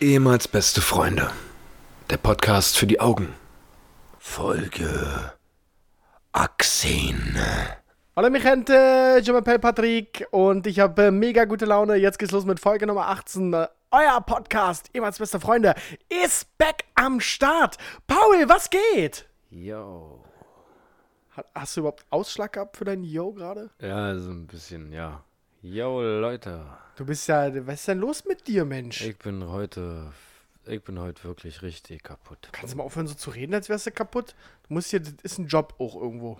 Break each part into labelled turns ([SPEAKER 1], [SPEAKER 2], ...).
[SPEAKER 1] Ehemals beste Freunde. Der Podcast für die Augen.
[SPEAKER 2] Folge Achsen.
[SPEAKER 3] Hallo mich kennt äh, Jamapel Patrick und ich habe äh, mega gute Laune. Jetzt geht's los mit Folge Nummer 18. Äh, euer Podcast, ehemals beste Freunde, ist back am Start. Paul, was geht?
[SPEAKER 1] Yo.
[SPEAKER 3] Ha- Hast du überhaupt Ausschlag gehabt für dein Yo gerade?
[SPEAKER 1] Ja, so ein bisschen, ja. Yo, Leute.
[SPEAKER 3] Du bist ja, was ist denn los mit dir, Mensch?
[SPEAKER 1] Ich bin heute. Ich bin heute wirklich richtig kaputt.
[SPEAKER 3] Kannst du mal aufhören, so zu reden, als wärst du kaputt? Du musst hier, das ist ein Job auch irgendwo.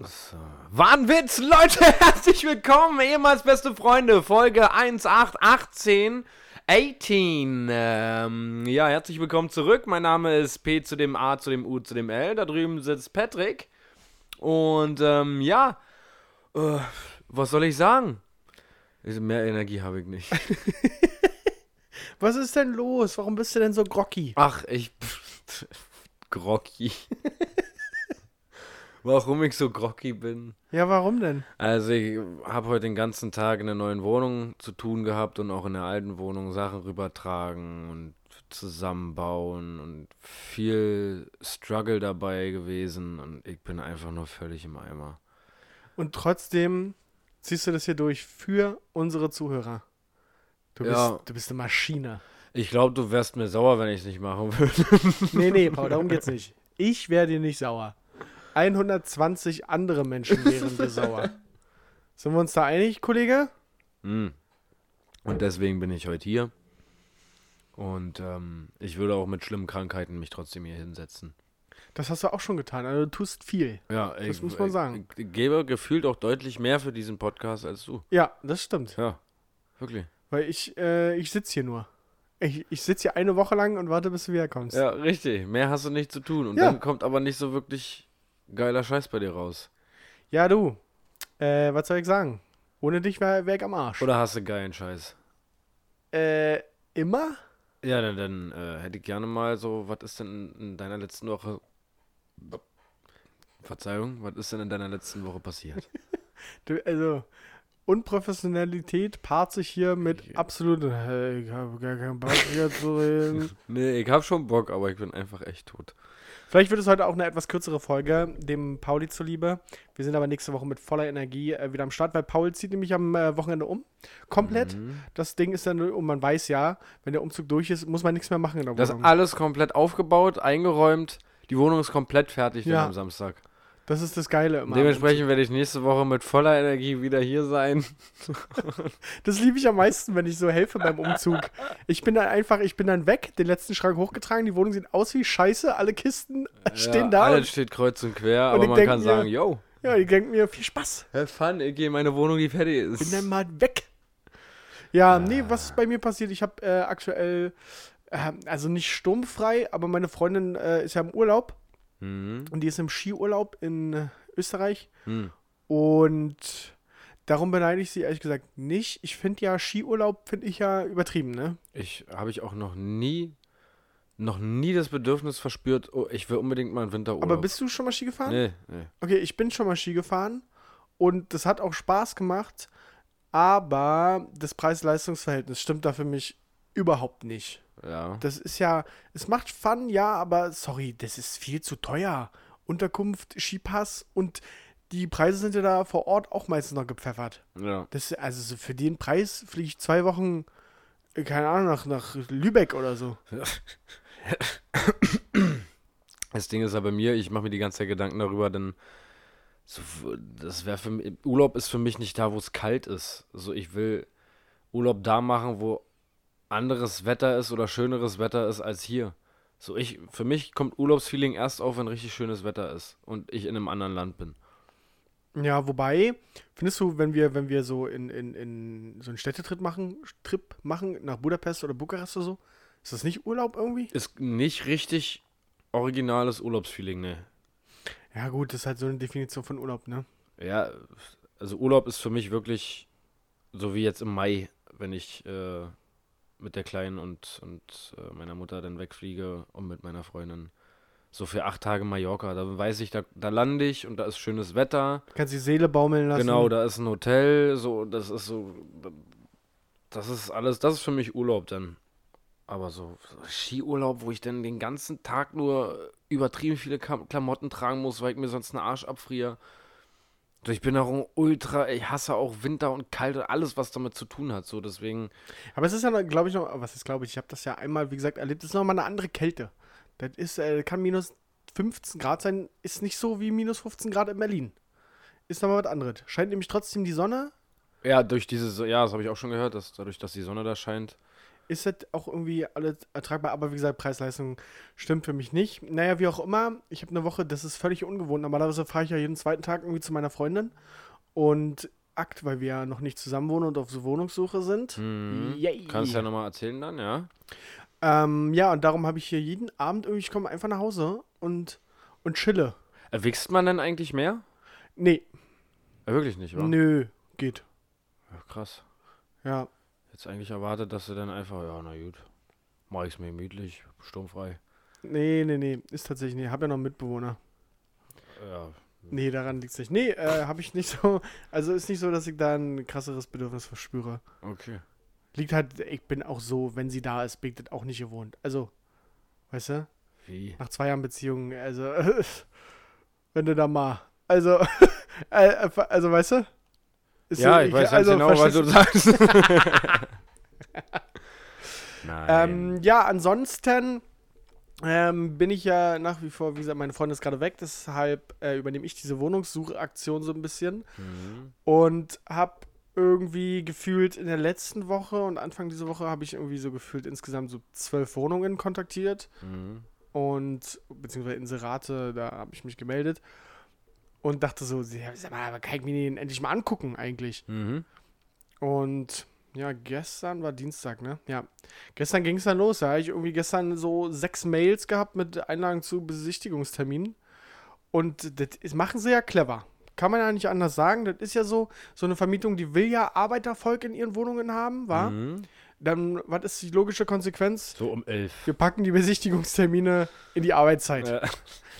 [SPEAKER 1] War ein Witz, Leute. Herzlich willkommen. Ehemals beste Freunde. Folge 1818. 18. Ähm, ja, herzlich willkommen zurück. Mein Name ist P zu dem A, zu dem U, zu dem L. Da drüben sitzt Patrick. Und ähm, ja, äh, was soll ich sagen? Also, Mehr Energie habe ich nicht.
[SPEAKER 3] Was ist denn los? Warum bist du denn so groggy?
[SPEAKER 1] Ach, ich. groggy. Warum ich so groggy bin?
[SPEAKER 3] Ja, warum denn?
[SPEAKER 1] Also ich habe heute den ganzen Tag in der neuen Wohnung zu tun gehabt und auch in der alten Wohnung Sachen rübertragen und zusammenbauen und viel Struggle dabei gewesen und ich bin einfach nur völlig im Eimer.
[SPEAKER 3] Und trotzdem ziehst du das hier durch für unsere Zuhörer. Du bist,
[SPEAKER 1] Ja.
[SPEAKER 3] du bist eine Maschine.
[SPEAKER 1] Ich glaube, du wärst mir sauer, wenn ich es nicht machen würde.
[SPEAKER 3] Nee, nee, Paul, darum geht's nicht. Ich wäre dir nicht sauer. 120 andere Menschen wären dir sauer. Sind wir uns da einig, Kollege?
[SPEAKER 1] Und deswegen bin ich heute hier. Und ähm, ich würde auch mit schlimmen Krankheiten mich trotzdem hier hinsetzen.
[SPEAKER 3] Das hast du auch schon getan. Also du tust viel.
[SPEAKER 1] Ja, das ich,
[SPEAKER 3] muss man
[SPEAKER 1] ich,
[SPEAKER 3] sagen.
[SPEAKER 1] Ich gebe gefühlt auch deutlich mehr für diesen Podcast als du.
[SPEAKER 3] Ja, das stimmt.
[SPEAKER 1] Ja, wirklich.
[SPEAKER 3] Weil ich, äh, ich sitze hier nur. Ich, ich sitze hier eine Woche lang und warte, bis du wiederkommst.
[SPEAKER 1] Ja, richtig. Mehr hast du nicht zu tun. Und
[SPEAKER 3] Ja.
[SPEAKER 1] dann kommt aber nicht so wirklich geiler Scheiß bei dir raus.
[SPEAKER 3] Ja, du. Äh, was soll ich sagen? Ohne dich wäre wär ich am Arsch.
[SPEAKER 1] Oder hast du geilen Scheiß?
[SPEAKER 3] Äh, immer?
[SPEAKER 1] Ja, dann, dann äh, hätte ich gerne mal so, was ist denn in deiner letzten Woche. Verzeihung, was ist denn in deiner letzten Woche passiert?
[SPEAKER 3] Du, also, Unprofessionalität paart sich hier mit absolut. Äh, ich habe gar keinen Bock hier zu reden.
[SPEAKER 1] nee, ich hab schon Bock, aber ich bin einfach echt tot.
[SPEAKER 3] Vielleicht wird es heute auch eine etwas kürzere Folge, dem Pauli zuliebe. Wir sind aber nächste Woche mit voller Energie äh, wieder am Start, weil Paul zieht nämlich am äh, Wochenende um. Komplett.
[SPEAKER 1] Mhm.
[SPEAKER 3] Das Ding ist dann, und man weiß ja, wenn der Umzug durch ist, muss man nichts mehr machen in der
[SPEAKER 1] Das ist
[SPEAKER 3] Wohnung.
[SPEAKER 1] alles komplett aufgebaut, eingeräumt. Die Wohnung ist komplett fertig dann
[SPEAKER 3] Ja.
[SPEAKER 1] am Samstag.
[SPEAKER 3] Das ist das Geile immer.
[SPEAKER 1] Dementsprechend werde ich nächste Woche mit voller Energie wieder hier sein.
[SPEAKER 3] Das liebe ich am meisten, wenn ich so helfe beim Umzug. Ich bin dann einfach, ich bin dann weg, den letzten Schrank hochgetragen, die Wohnung sieht aus wie Scheiße, alle Kisten stehen da.
[SPEAKER 1] Alles
[SPEAKER 3] Und,
[SPEAKER 1] steht kreuz und quer,
[SPEAKER 3] und
[SPEAKER 1] aber
[SPEAKER 3] ich
[SPEAKER 1] man
[SPEAKER 3] denk
[SPEAKER 1] kann
[SPEAKER 3] mir-
[SPEAKER 1] sagen, yo,
[SPEAKER 3] ja, die denken mir, viel Spaß.
[SPEAKER 1] have fun, ich gehe in meine Wohnung, die fertig
[SPEAKER 3] bin dann
[SPEAKER 1] ist.
[SPEAKER 3] mal weg. Ja,
[SPEAKER 1] Ah.
[SPEAKER 3] nee, was ist bei mir passiert? Ich habe äh, aktuell, ähm, also nicht sturmfrei, aber meine Freundin äh, ist ja im Urlaub
[SPEAKER 1] Mhm.
[SPEAKER 3] und die ist im Skiurlaub in äh, Österreich.
[SPEAKER 1] Hm.
[SPEAKER 3] Und darum beneide ich sie ehrlich gesagt nicht. Ich finde ja Skiurlaub, finde ich ja übertrieben, ne?
[SPEAKER 1] Ich habe ich auch noch nie, noch nie das Bedürfnis verspürt, oh, ich will unbedingt mal einen Winterurlaub.
[SPEAKER 3] Aber bist du schon mal Ski gefahren?
[SPEAKER 1] Nee, nee.
[SPEAKER 3] Okay, ich bin schon mal Ski gefahren und das hat auch Spaß gemacht, aber das Preis-Leistungs-Verhältnis stimmt da für mich überhaupt nicht.
[SPEAKER 1] Ja.
[SPEAKER 3] Das ist ja, es macht Fun, ja, aber sorry, das ist viel zu teuer. Unterkunft, Skipass und die Preise sind ja da vor Ort auch meistens noch gepfeffert.
[SPEAKER 1] ja.
[SPEAKER 3] Das, also so für den Preis fliege ich zwei Wochen, äh, keine Ahnung, nach, nach Lübeck oder so.
[SPEAKER 1] Das Ding ist ja bei mir, ich mache mir die ganze Zeit Gedanken darüber, denn so, das wäre für mich, Urlaub ist für mich nicht da, wo es kalt ist. So, ich will Urlaub da machen, wo anderes Wetter ist oder schöneres Wetter ist als hier. So, ich, für mich kommt Urlaubsfeeling erst auf, wenn richtig schönes Wetter ist und ich in einem anderen Land bin.
[SPEAKER 3] Ja, wobei, findest du, wenn wir, wenn wir so in, in, in so einen Städtetrip machen, Trip machen nach Budapest oder Bukarest oder so, ist das nicht Urlaub irgendwie?
[SPEAKER 1] Ist nicht richtig originales Urlaubsfeeling, ne?
[SPEAKER 3] Ja, gut, das ist halt so eine Definition von Urlaub, ne?
[SPEAKER 1] Ja, also Urlaub ist für mich wirklich so wie jetzt im Mai, wenn ich äh, mit der Kleinen und, und äh, meiner Mutter dann wegfliege und mit meiner Freundin. So für acht Tage Mallorca. Da weiß ich, da, da lande ich und da ist schönes Wetter.
[SPEAKER 3] Kannst die Seele baumeln lassen.
[SPEAKER 1] Genau, da ist ein Hotel. So, das ist so. Das ist alles, das ist für mich Urlaub dann. Aber so so Skiurlaub, wo ich dann den ganzen Tag nur übertrieben viele Kam Klamotten tragen muss, weil ich mir sonst einen Arsch abfriere. So, ich bin auch ein Ultra, ich hasse auch Winter und Kalt und alles, was damit zu tun hat. So, deswegen,
[SPEAKER 3] Aber es ist ja, glaube ich, noch, oh, was ist, glaube ich, ich habe das ja einmal, wie gesagt, erlebt, es ist nochmal eine andere Kälte. Das ist, äh, kann minus 15 Grad sein, ist nicht so wie minus 15 Grad in Berlin. Ist nochmal was anderes. Scheint nämlich trotzdem die Sonne,
[SPEAKER 1] ja, durch dieses, ja, das habe ich auch schon gehört, dass dadurch, dass die Sonne da scheint.
[SPEAKER 3] ist das auch irgendwie alles ertragbar, aber wie gesagt, Preis-Leistung stimmt für mich nicht. Naja, wie auch immer, ich habe eine Woche, das ist völlig ungewohnt. Normalerweise fahre ich ja jeden zweiten Tag irgendwie zu meiner Freundin und akt, weil wir ja noch nicht zusammen wohnen und auf so Wohnungssuche sind. Yay.
[SPEAKER 1] Kannst du ja nochmal erzählen dann, ja?
[SPEAKER 3] Ähm, ja, und darum habe ich hier jeden Abend irgendwie, ich komme einfach nach Hause und, und chille.
[SPEAKER 1] Erwichst man denn eigentlich mehr?
[SPEAKER 3] Nee,
[SPEAKER 1] Ja, wirklich nicht, wa?
[SPEAKER 3] nö, geht.
[SPEAKER 1] Ja, krass.
[SPEAKER 3] Ja.
[SPEAKER 1] Jetzt eigentlich erwartet, dass du dann einfach, ja, na gut, mach ich's mir gemütlich, sturmfrei.
[SPEAKER 3] Nee, nee, nee, ist tatsächlich, nee, habe ja noch einen Mitbewohner.
[SPEAKER 1] Ja,
[SPEAKER 3] Nee, daran liegt es nicht. Nee, äh, habe ich nicht so, also ist nicht so, dass ich da ein krasseres Bedürfnis verspüre.
[SPEAKER 1] okay.
[SPEAKER 3] Liegt halt, ich bin auch so, wenn sie da ist, bin ich das auch nicht gewohnt. Also, weißt du,
[SPEAKER 1] Wie?
[SPEAKER 3] nach zwei Jahren Beziehung, also, wenn du da mal, also, äh, äh, also, weißt du? Ist
[SPEAKER 1] ja,
[SPEAKER 3] so, also
[SPEAKER 1] ich weiß ganz genau, was
[SPEAKER 3] verstehst
[SPEAKER 1] du sagst. Nein.
[SPEAKER 3] Ähm, ja, ansonsten ähm, bin ich ja nach wie vor, wie gesagt, meine Freundin ist gerade weg, deshalb äh, übernehme ich diese Wohnungssuchaktion so ein bisschen
[SPEAKER 1] Mhm.
[SPEAKER 3] und habe irgendwie gefühlt in der letzten Woche und Anfang dieser Woche habe ich irgendwie so gefühlt insgesamt so zwölf Wohnungen kontaktiert
[SPEAKER 1] Mhm.
[SPEAKER 3] und beziehungsweise Inserate, da habe ich mich gemeldet und dachte so, ja, sag mal, aber kann ich mir den endlich mal angucken eigentlich?
[SPEAKER 1] Mhm.
[SPEAKER 3] Und ja, gestern war Dienstag, ne? Ja. Gestern ging es dann los. Da habe ich irgendwie gestern so sechs Mails gehabt mit Einlagen zu Besichtigungsterminen. Und das ist, machen sie ja clever. Kann man ja nicht anders sagen. Das ist ja so, so eine Vermietung, die will ja Arbeitervolk in ihren Wohnungen haben, wa?
[SPEAKER 1] Mhm.
[SPEAKER 3] Dann, was ist die logische Konsequenz?
[SPEAKER 1] So um elf.
[SPEAKER 3] Wir packen die Besichtigungstermine in die Arbeitszeit.
[SPEAKER 1] Ja.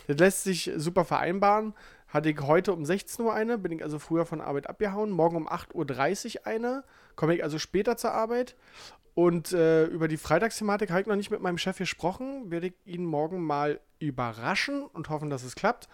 [SPEAKER 3] Das lässt sich super vereinbaren. Hatte ich heute um 16 Uhr eine, bin ich also früher von Arbeit abgehauen. Morgen um 8.30 Uhr eine, komme ich also später zur Arbeit. Und äh, über die Freitagsthematik habe ich noch nicht mit meinem Chef gesprochen. Werde ich ihn morgen mal überraschen und hoffen, dass es klappt.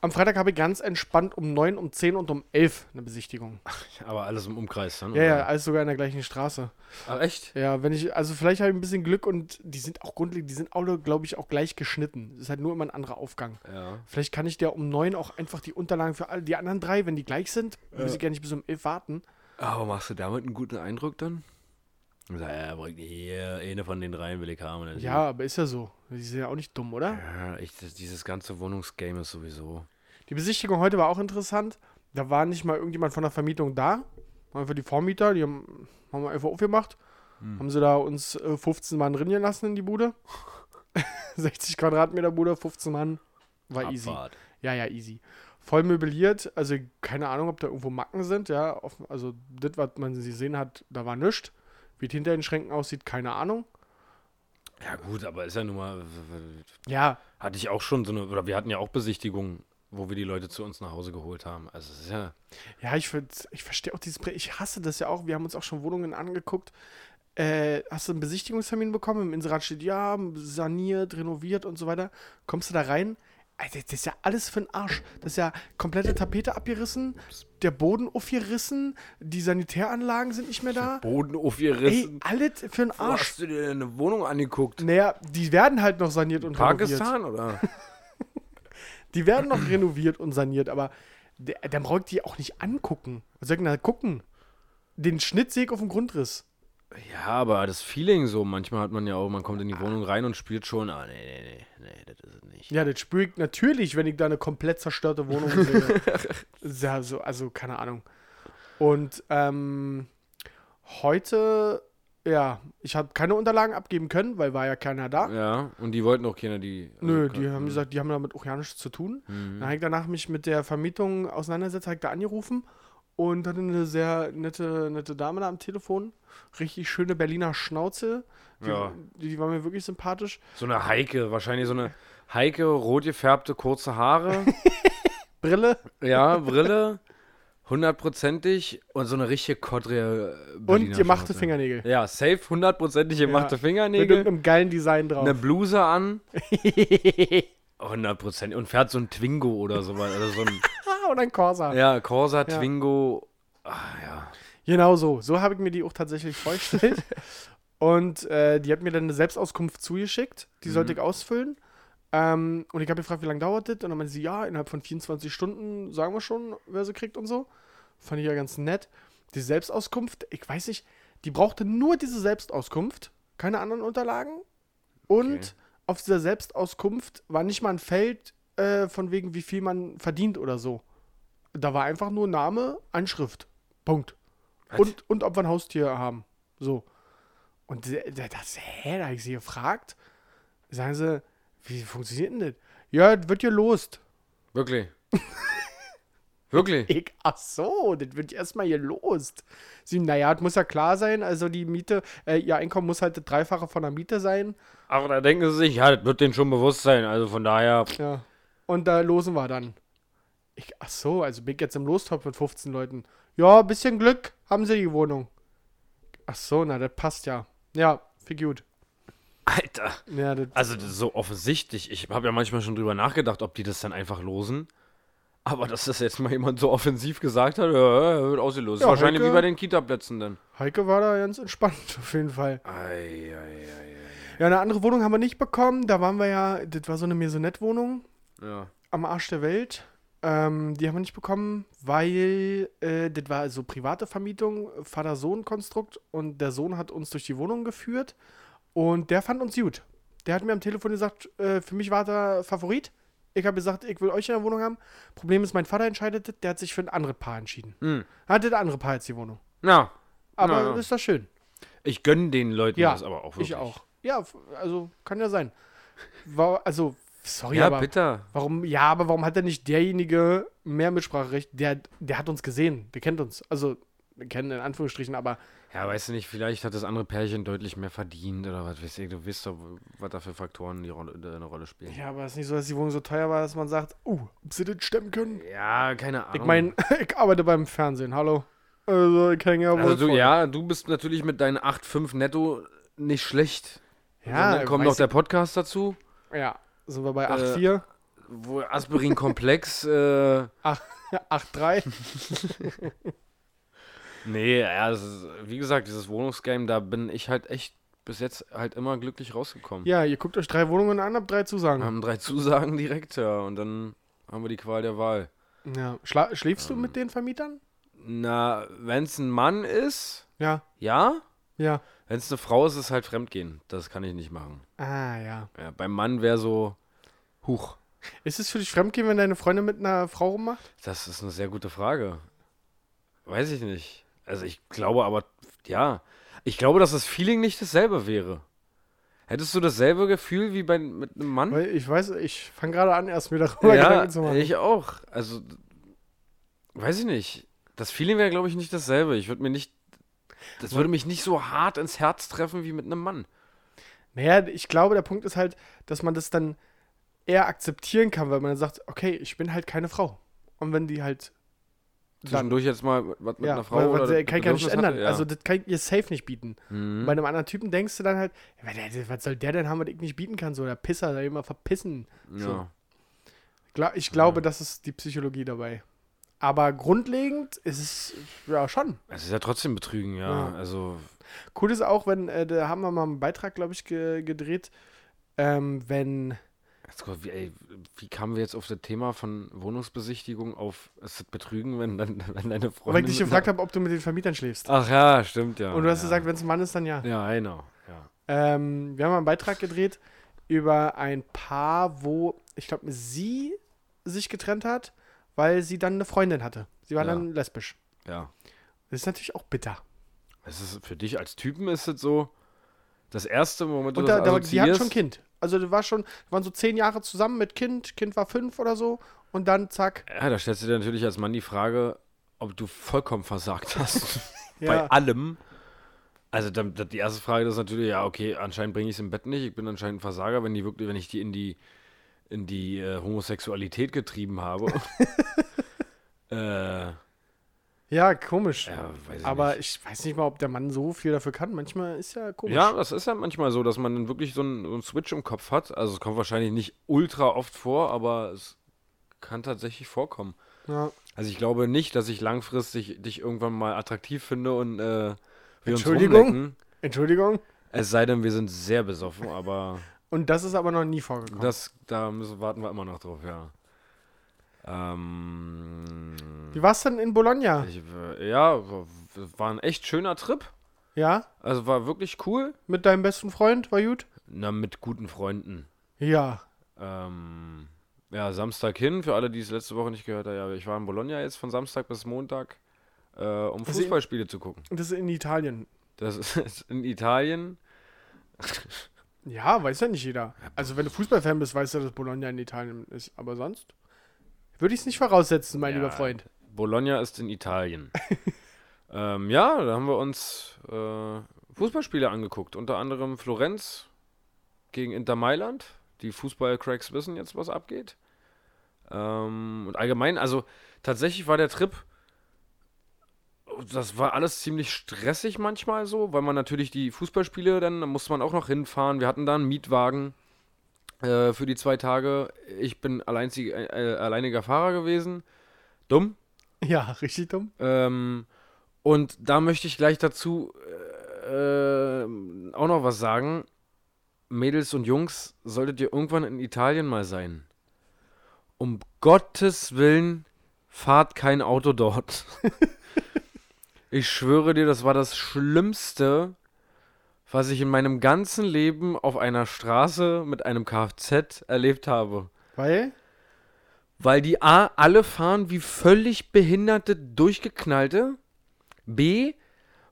[SPEAKER 3] Am Freitag habe ich ganz entspannt um 9, um 10 und um 11 eine Besichtigung.
[SPEAKER 1] Aber alles im Umkreis dann.
[SPEAKER 3] Ja, ja,
[SPEAKER 1] oder?
[SPEAKER 3] alles sogar in der gleichen Straße.
[SPEAKER 1] Ach, echt?
[SPEAKER 3] Ja, wenn ich, also vielleicht habe ich ein bisschen Glück und die sind auch grundlegend, die sind alle, glaube ich, auch gleich geschnitten. Es ist halt nur immer ein anderer Aufgang.
[SPEAKER 1] Ja.
[SPEAKER 3] Vielleicht kann ich dir um neun auch einfach die Unterlagen für alle, die anderen drei, wenn die gleich sind, muss ich gar nicht bis um elf warten.
[SPEAKER 1] Aber Ah, machst du damit einen guten Eindruck dann? Und sag, Ja, bringt hier eine von den dreien will ich haben. oder so.
[SPEAKER 3] Ja, aber ist ja so. Die sind ja auch nicht dumm, oder?
[SPEAKER 1] Ja, ich, das- dieses ganze Wohnungsgame ist sowieso.
[SPEAKER 3] Die Besichtigung heute war auch interessant. Da war nicht mal irgendjemand von der Vermietung da. War Einfach die Vormieter, die haben, haben wir einfach aufgemacht.
[SPEAKER 1] Hm.
[SPEAKER 3] Haben sie da uns äh, 15 Mann drin gelassen in die Bude. 60 Quadratmeter Bude, 15 Mann. War easy.
[SPEAKER 1] Abfahrt.
[SPEAKER 3] Ja, ja, easy. Voll möbliert, also keine Ahnung, ob da irgendwo Macken sind, ja. Offen, also das, was man sie sehen hat, da war nichts. Wie es hinter den Schränken aussieht, keine Ahnung.
[SPEAKER 1] Ja, gut, aber ist ja nun mal.
[SPEAKER 3] Ja,
[SPEAKER 1] Hatte ich auch schon so eine, oder wir hatten ja auch Besichtigungen, wo wir die Leute zu uns nach Hause geholt haben. Also es ist ja.
[SPEAKER 3] ja, ich, find- ich verstehe auch dieses, Prä- ich hasse das ja auch. Wir haben uns auch schon Wohnungen angeguckt. Äh, hast du einen Besichtigungstermin bekommen? Im Inserat steht, ja, saniert, renoviert und so weiter. Kommst du da rein? Alter, das ist ja alles für den Arsch. Das ist ja komplette Tapete abgerissen, der Boden aufgerissen, die Sanitäranlagen sind nicht mehr da.
[SPEAKER 1] Boden
[SPEAKER 3] Ey,
[SPEAKER 1] aufgerissen.
[SPEAKER 3] alles für den
[SPEAKER 1] Wo
[SPEAKER 3] Arsch.
[SPEAKER 1] hast du dir denn eine Wohnung angeguckt?
[SPEAKER 3] Naja, die werden halt noch saniert und renoviert.
[SPEAKER 1] Pakistan oder?
[SPEAKER 3] Die werden noch renoviert und saniert, aber der, dann brauche ich die auch nicht angucken. Was soll ich denn da gucken? Den Schnitt sehe ich auf dem Grundriss.
[SPEAKER 1] ja, aber das Feeling so, manchmal hat man ja auch, man kommt in die Wohnung rein und spielt schon, ah, nee, nee, nee, nee, das ist es nicht.
[SPEAKER 3] Ja, das spüre ich natürlich, wenn ich da eine komplett zerstörte Wohnung sehe. ja, so, also, keine Ahnung. Und ähm, heute, ja, ich habe keine Unterlagen abgeben können, weil war ja keiner da.
[SPEAKER 1] Ja, und die wollten auch keiner, die. also
[SPEAKER 3] Nö,
[SPEAKER 1] kann-
[SPEAKER 3] die haben gesagt, die haben damit auch ja nichts zu tun.
[SPEAKER 1] Mhm.
[SPEAKER 3] Dann habe ich danach mich mit der Vermietung auseinandersetzt, habe ich da angerufen und hatte eine sehr nette, nette Dame da am Telefon. Richtig schöne Berliner Schnauze. Die,
[SPEAKER 1] Ja.
[SPEAKER 3] die, die war mir wirklich sympathisch.
[SPEAKER 1] So eine Heike, wahrscheinlich so eine Heike, rot gefärbte, kurze Haare.
[SPEAKER 3] Brille.
[SPEAKER 1] ja, Brille. Hundertprozentig und so eine richtige Kodre.
[SPEAKER 3] Und gemachte Fingernägel.
[SPEAKER 1] Ja, safe, hundertprozentig gemachte
[SPEAKER 3] Ja. Mit
[SPEAKER 1] Fingernägel. Ne.
[SPEAKER 3] irgendeinem geilen Design drauf.
[SPEAKER 1] eine Bluse an. 100% und fährt so ein Twingo oder sowas. Also so ein,
[SPEAKER 3] ah, und ein Corsa.
[SPEAKER 1] ja, Corsa, Twingo. Ah, ja.
[SPEAKER 3] Genau so. So habe ich mir die auch tatsächlich vorgestellt. und äh, die hat mir dann eine Selbstauskunft zugeschickt. Die sollte ich ausfüllen. Ähm, und ich habe gefragt, wie lange dauert das? Und dann meinte sie, ja, innerhalb von 24 Stunden sagen wir schon, wer sie kriegt und so. Fand ich ja ganz nett. Die Selbstauskunft, ich weiß nicht, die brauchte nur diese Selbstauskunft, keine anderen Unterlagen. Und
[SPEAKER 1] Okay.
[SPEAKER 3] auf dieser Selbstauskunft war nicht mal ein Feld äh, von wegen, wie viel man verdient oder so. Da war einfach nur Name, Anschrift. Punkt. Und, und ob wir ein Haustier haben. So. Und der, der das, hä, da habe ich sie gefragt. Sagen sie, wie funktioniert denn das? Ja, das wird gelost.
[SPEAKER 1] Wirklich. Wirklich.
[SPEAKER 3] Ich, ach so, das wird erstmal gelost. Sie, naja, das muss ja klar sein. Also die Miete, äh, ihr Einkommen muss halt das Dreifache von der Miete sein.
[SPEAKER 1] Aber da denken sie sich, ja, das wird denen schon bewusst sein. Also von daher.
[SPEAKER 3] Ja. Und da losen wir dann. Ich, ach so, also bin ich jetzt im Lostopf mit 15 Leuten. Ja, bisschen Glück, haben sie die Wohnung. Ach so, na, das passt ja. Ja, viel gut.
[SPEAKER 1] Alter.
[SPEAKER 3] Ja, das,
[SPEAKER 1] Also das ist so offensichtlich. Ich habe ja manchmal schon drüber nachgedacht, ob die das dann einfach losen. Aber dass das jetzt mal jemand so offensiv gesagt hat, ja, ja, wird ausgelost.
[SPEAKER 3] Ja,
[SPEAKER 1] Wahrscheinlich
[SPEAKER 3] Henke.
[SPEAKER 1] wie bei den Kita-Plätzen dann.
[SPEAKER 3] Heike war da ganz entspannt, auf jeden Fall.
[SPEAKER 1] Ei, ei, ei,
[SPEAKER 3] Ja, eine andere Wohnung haben wir nicht bekommen. Da waren wir ja, das war so eine Maisonette-Wohnung
[SPEAKER 1] ei. Ja.
[SPEAKER 3] am Arsch der Welt. Ähm, die haben wir nicht bekommen, weil äh, das war so private Vermietung, Vater-Sohn-Konstrukt und der Sohn hat uns durch die Wohnung geführt und der fand uns gut. Der hat mir am Telefon gesagt, äh, für mich war der Favorit. Ich habe gesagt, ich will euch in der Wohnung haben. Problem ist, mein Vater entscheidet, das, der hat sich für ein anderes Paar entschieden.
[SPEAKER 1] Hm.
[SPEAKER 3] Hat das andere Paar jetzt die Wohnung.
[SPEAKER 1] Na,
[SPEAKER 3] Aber
[SPEAKER 1] Na ja.
[SPEAKER 3] ist doch schön.
[SPEAKER 1] ich gönne den Leuten
[SPEAKER 3] Ja,
[SPEAKER 1] das aber auch wirklich.
[SPEAKER 3] Ich auch. Ja, f- also kann ja sein. War, also, sorry,
[SPEAKER 1] Ja,
[SPEAKER 3] aber
[SPEAKER 1] bitter.
[SPEAKER 3] warum, ja, aber warum hat denn nicht derjenige mehr Mitspracherecht? Der, der hat uns gesehen, der kennt uns. Also, wir kennen in Anführungsstrichen, aber
[SPEAKER 1] Ja, weißt du nicht, vielleicht hat das andere Pärchen deutlich mehr verdient oder was weiß ich. Du weißt doch, was da für Faktoren die Rolle, äh, eine Rolle spielen.
[SPEAKER 3] ja, aber es ist nicht so, dass die Wohnung so teuer war, dass man sagt, oh, ob sie das stemmen können.
[SPEAKER 1] Ja, keine Ahnung.
[SPEAKER 3] Ich meine, ich arbeite beim Fernsehen, hallo. Also, ich hänge ja wohl.
[SPEAKER 1] also du,
[SPEAKER 3] voll.
[SPEAKER 1] ja, du bist natürlich mit deinen 8,5 netto nicht schlecht.
[SPEAKER 3] Ja,
[SPEAKER 1] dann kommt
[SPEAKER 3] also, weiß
[SPEAKER 1] noch der Podcast dazu,
[SPEAKER 3] ich, ja, sind wir bei
[SPEAKER 1] Äh,
[SPEAKER 3] 8,4,
[SPEAKER 1] wo Aspirin-Komplex, äh,
[SPEAKER 3] 8,3.
[SPEAKER 1] nee, ja, das ist, wie gesagt, dieses Wohnungsgame, da bin ich halt echt bis jetzt halt immer glücklich rausgekommen.
[SPEAKER 3] ja, ihr guckt euch drei Wohnungen an, habt drei Zusagen.
[SPEAKER 1] Wir haben drei Zusagen direkt, ja, und dann haben wir die Qual der Wahl.
[SPEAKER 3] Ja. Schla schläfst du mit den Vermietern?
[SPEAKER 1] Na, wenn es ein Mann ist,
[SPEAKER 3] Ja,
[SPEAKER 1] ja,
[SPEAKER 3] ja.
[SPEAKER 1] Wenn es eine Frau ist, ist es halt Fremdgehen. Das kann ich nicht machen.
[SPEAKER 3] Ah, ja.
[SPEAKER 1] Ja, beim Mann wäre so, huch.
[SPEAKER 3] Ist es für dich Fremdgehen, wenn deine Freundin mit einer Frau rummacht?
[SPEAKER 1] Das ist eine sehr gute Frage. Weiß ich nicht. Also ich glaube aber, ja. Ich glaube, dass das Feeling nicht dasselbe wäre. Hättest du dasselbe Gefühl wie bei, mit einem Mann?
[SPEAKER 3] Weil ich weiß, ich fange gerade an, erst mir darüber
[SPEAKER 1] Hm? Ja,
[SPEAKER 3] Gedanken zu machen.
[SPEAKER 1] ich auch. Also, weiß ich nicht. Das Feeling wäre, glaube ich, nicht dasselbe. Ich würde mir nicht, das würde mich nicht so hart ins Herz treffen wie mit einem Mann.
[SPEAKER 3] Naja, ich glaube, der Punkt ist halt, dass man das dann eher akzeptieren kann, weil man dann sagt, okay, ich bin halt keine Frau. Und wenn die halt dann,
[SPEAKER 1] Zwischendurch jetzt mal was mit
[SPEAKER 3] ja,
[SPEAKER 1] einer Frau
[SPEAKER 3] weil, weil,
[SPEAKER 1] oder
[SPEAKER 3] sie- kann ich ja nicht
[SPEAKER 1] Bedürfnis hatte,
[SPEAKER 3] ändern.
[SPEAKER 1] ja.
[SPEAKER 3] Also das kann ich ihr safe nicht bieten.
[SPEAKER 1] Mhm.
[SPEAKER 3] Bei einem anderen Typen denkst du dann halt, ja, der- der- was soll der denn haben, was ich nicht bieten kann? So der Pisser, der immer verpissen. So.
[SPEAKER 1] Ja.
[SPEAKER 3] Gla- Ich glaube, das ist die Psychologie dabei. Aber grundlegend ist es ja schon.
[SPEAKER 1] Es ist ja trotzdem Betrügen, ja.
[SPEAKER 3] Ja.
[SPEAKER 1] Also,
[SPEAKER 3] Cool ist auch, wenn, äh, da haben wir mal einen Beitrag, glaube ich, ge gedreht, ähm, wenn,
[SPEAKER 1] jetzt guck, wie, ey, wie kamen wir jetzt auf das Thema von Wohnungsbesichtigung auf es ist Betrügen, wenn, dann, wenn deine Freundin.
[SPEAKER 3] weil ich dich
[SPEAKER 1] mit
[SPEAKER 3] gefragt
[SPEAKER 1] einer-
[SPEAKER 3] habe, ob du mit den Vermietern schläfst.
[SPEAKER 1] Ach ja, stimmt, ja.
[SPEAKER 3] Und du hast
[SPEAKER 1] ja.
[SPEAKER 3] gesagt, wenn es ein Mann ist, dann ja.
[SPEAKER 1] Ja, genau. Ja.
[SPEAKER 3] Ähm, wir haben mal einen Beitrag gedreht über ein Paar, wo, ich glaube, sie sich getrennt hat, weil sie dann eine Freundin hatte. Sie war
[SPEAKER 1] Ja.
[SPEAKER 3] dann lesbisch.
[SPEAKER 1] ja.
[SPEAKER 3] Das ist natürlich auch bitter.
[SPEAKER 1] Es ist für dich als Typen ist es so, das erste, womit du
[SPEAKER 3] Und
[SPEAKER 1] das
[SPEAKER 3] da, da, die hatten
[SPEAKER 1] assoziierst.
[SPEAKER 3] schon ein Kind. Also das war schon, waren so zehn Jahre zusammen mit Kind, Kind war fünf oder so und dann zack.
[SPEAKER 1] Ja, da stellst du dir natürlich als Mann die Frage, ob du vollkommen versagt hast.
[SPEAKER 3] Ja.
[SPEAKER 1] Bei allem. Also dann, dann die erste Frage ist natürlich, ja, okay, anscheinend bringe ich es im Bett nicht, ich bin anscheinend ein Versager, wenn die wirklich, wenn ich die in die in die äh, Homosexualität getrieben habe. äh,
[SPEAKER 3] Ja, komisch.
[SPEAKER 1] Ja, weiß ich
[SPEAKER 3] Aber ich weiß nicht mal, ob der Mann so viel dafür kann. Manchmal ist ja komisch.
[SPEAKER 1] Ja, das ist ja manchmal so, dass man dann wirklich so einen, so einen Switch im Kopf hat. Also es kommt wahrscheinlich nicht ultra oft vor, aber es kann tatsächlich vorkommen.
[SPEAKER 3] Ja.
[SPEAKER 1] Also ich glaube nicht, dass ich langfristig dich irgendwann mal attraktiv finde und äh, wir uns
[SPEAKER 3] Entschuldigung?
[SPEAKER 1] rumlecken.
[SPEAKER 3] Entschuldigung.
[SPEAKER 1] Es sei denn, wir sind sehr besoffen, aber
[SPEAKER 3] Und das ist aber noch nie vorgekommen.
[SPEAKER 1] das, da müssen, warten wir immer noch drauf, ja. Ähm,
[SPEAKER 3] Wie war es denn in Bologna?
[SPEAKER 1] ich, äh, ja, w- w- war ein echt schöner Trip.
[SPEAKER 3] Ja?
[SPEAKER 1] Also war wirklich cool.
[SPEAKER 3] Mit deinem besten Freund? War gut?
[SPEAKER 1] Na, mit guten Freunden.
[SPEAKER 3] Ja.
[SPEAKER 1] Ähm, ja, Samstag hin, für alle, die es letzte Woche nicht gehört haben. Ja, ich war in Bologna jetzt von Samstag bis Montag, äh, um
[SPEAKER 3] Also-
[SPEAKER 1] Fußballspiele zu gucken.
[SPEAKER 3] Das ist in Italien.
[SPEAKER 1] Das ist in Italien.
[SPEAKER 3] Ja, weiß ja nicht jeder. Also wenn du Fußballfan bist, weißt du, dass Bologna in Italien ist. Aber sonst würde ich es nicht voraussetzen, mein
[SPEAKER 1] Ja.
[SPEAKER 3] lieber Freund.
[SPEAKER 1] Bologna ist in Italien. ähm, ja, da haben wir uns äh, Fußballspiele angeguckt. Unter anderem Florenz gegen Inter Mailand. Die Fußball-Cracks wissen jetzt, was abgeht. Ähm, und allgemein, also tatsächlich war der Trip, das war alles ziemlich stressig manchmal so, weil man natürlich die Fußballspiele, dann musste man auch noch hinfahren. Wir hatten da einen Mietwagen äh, für die zwei Tage. Ich bin alleinzig, äh, alleiniger Fahrer gewesen. Dumm,
[SPEAKER 3] Ja, richtig dumm.
[SPEAKER 1] ähm, und da möchte ich gleich dazu äh, ähm, auch noch was sagen. Mädels und Jungs, solltet ihr irgendwann in Italien mal sein. Um Gottes Willen, fahrt kein Auto dort. ich schwöre dir, das war das Schlimmste, was ich in meinem ganzen Leben auf einer Straße mit einem Kfz erlebt habe.
[SPEAKER 3] Weil?
[SPEAKER 1] Weil die A, alle fahren wie völlig behinderte, durchgeknallte. B,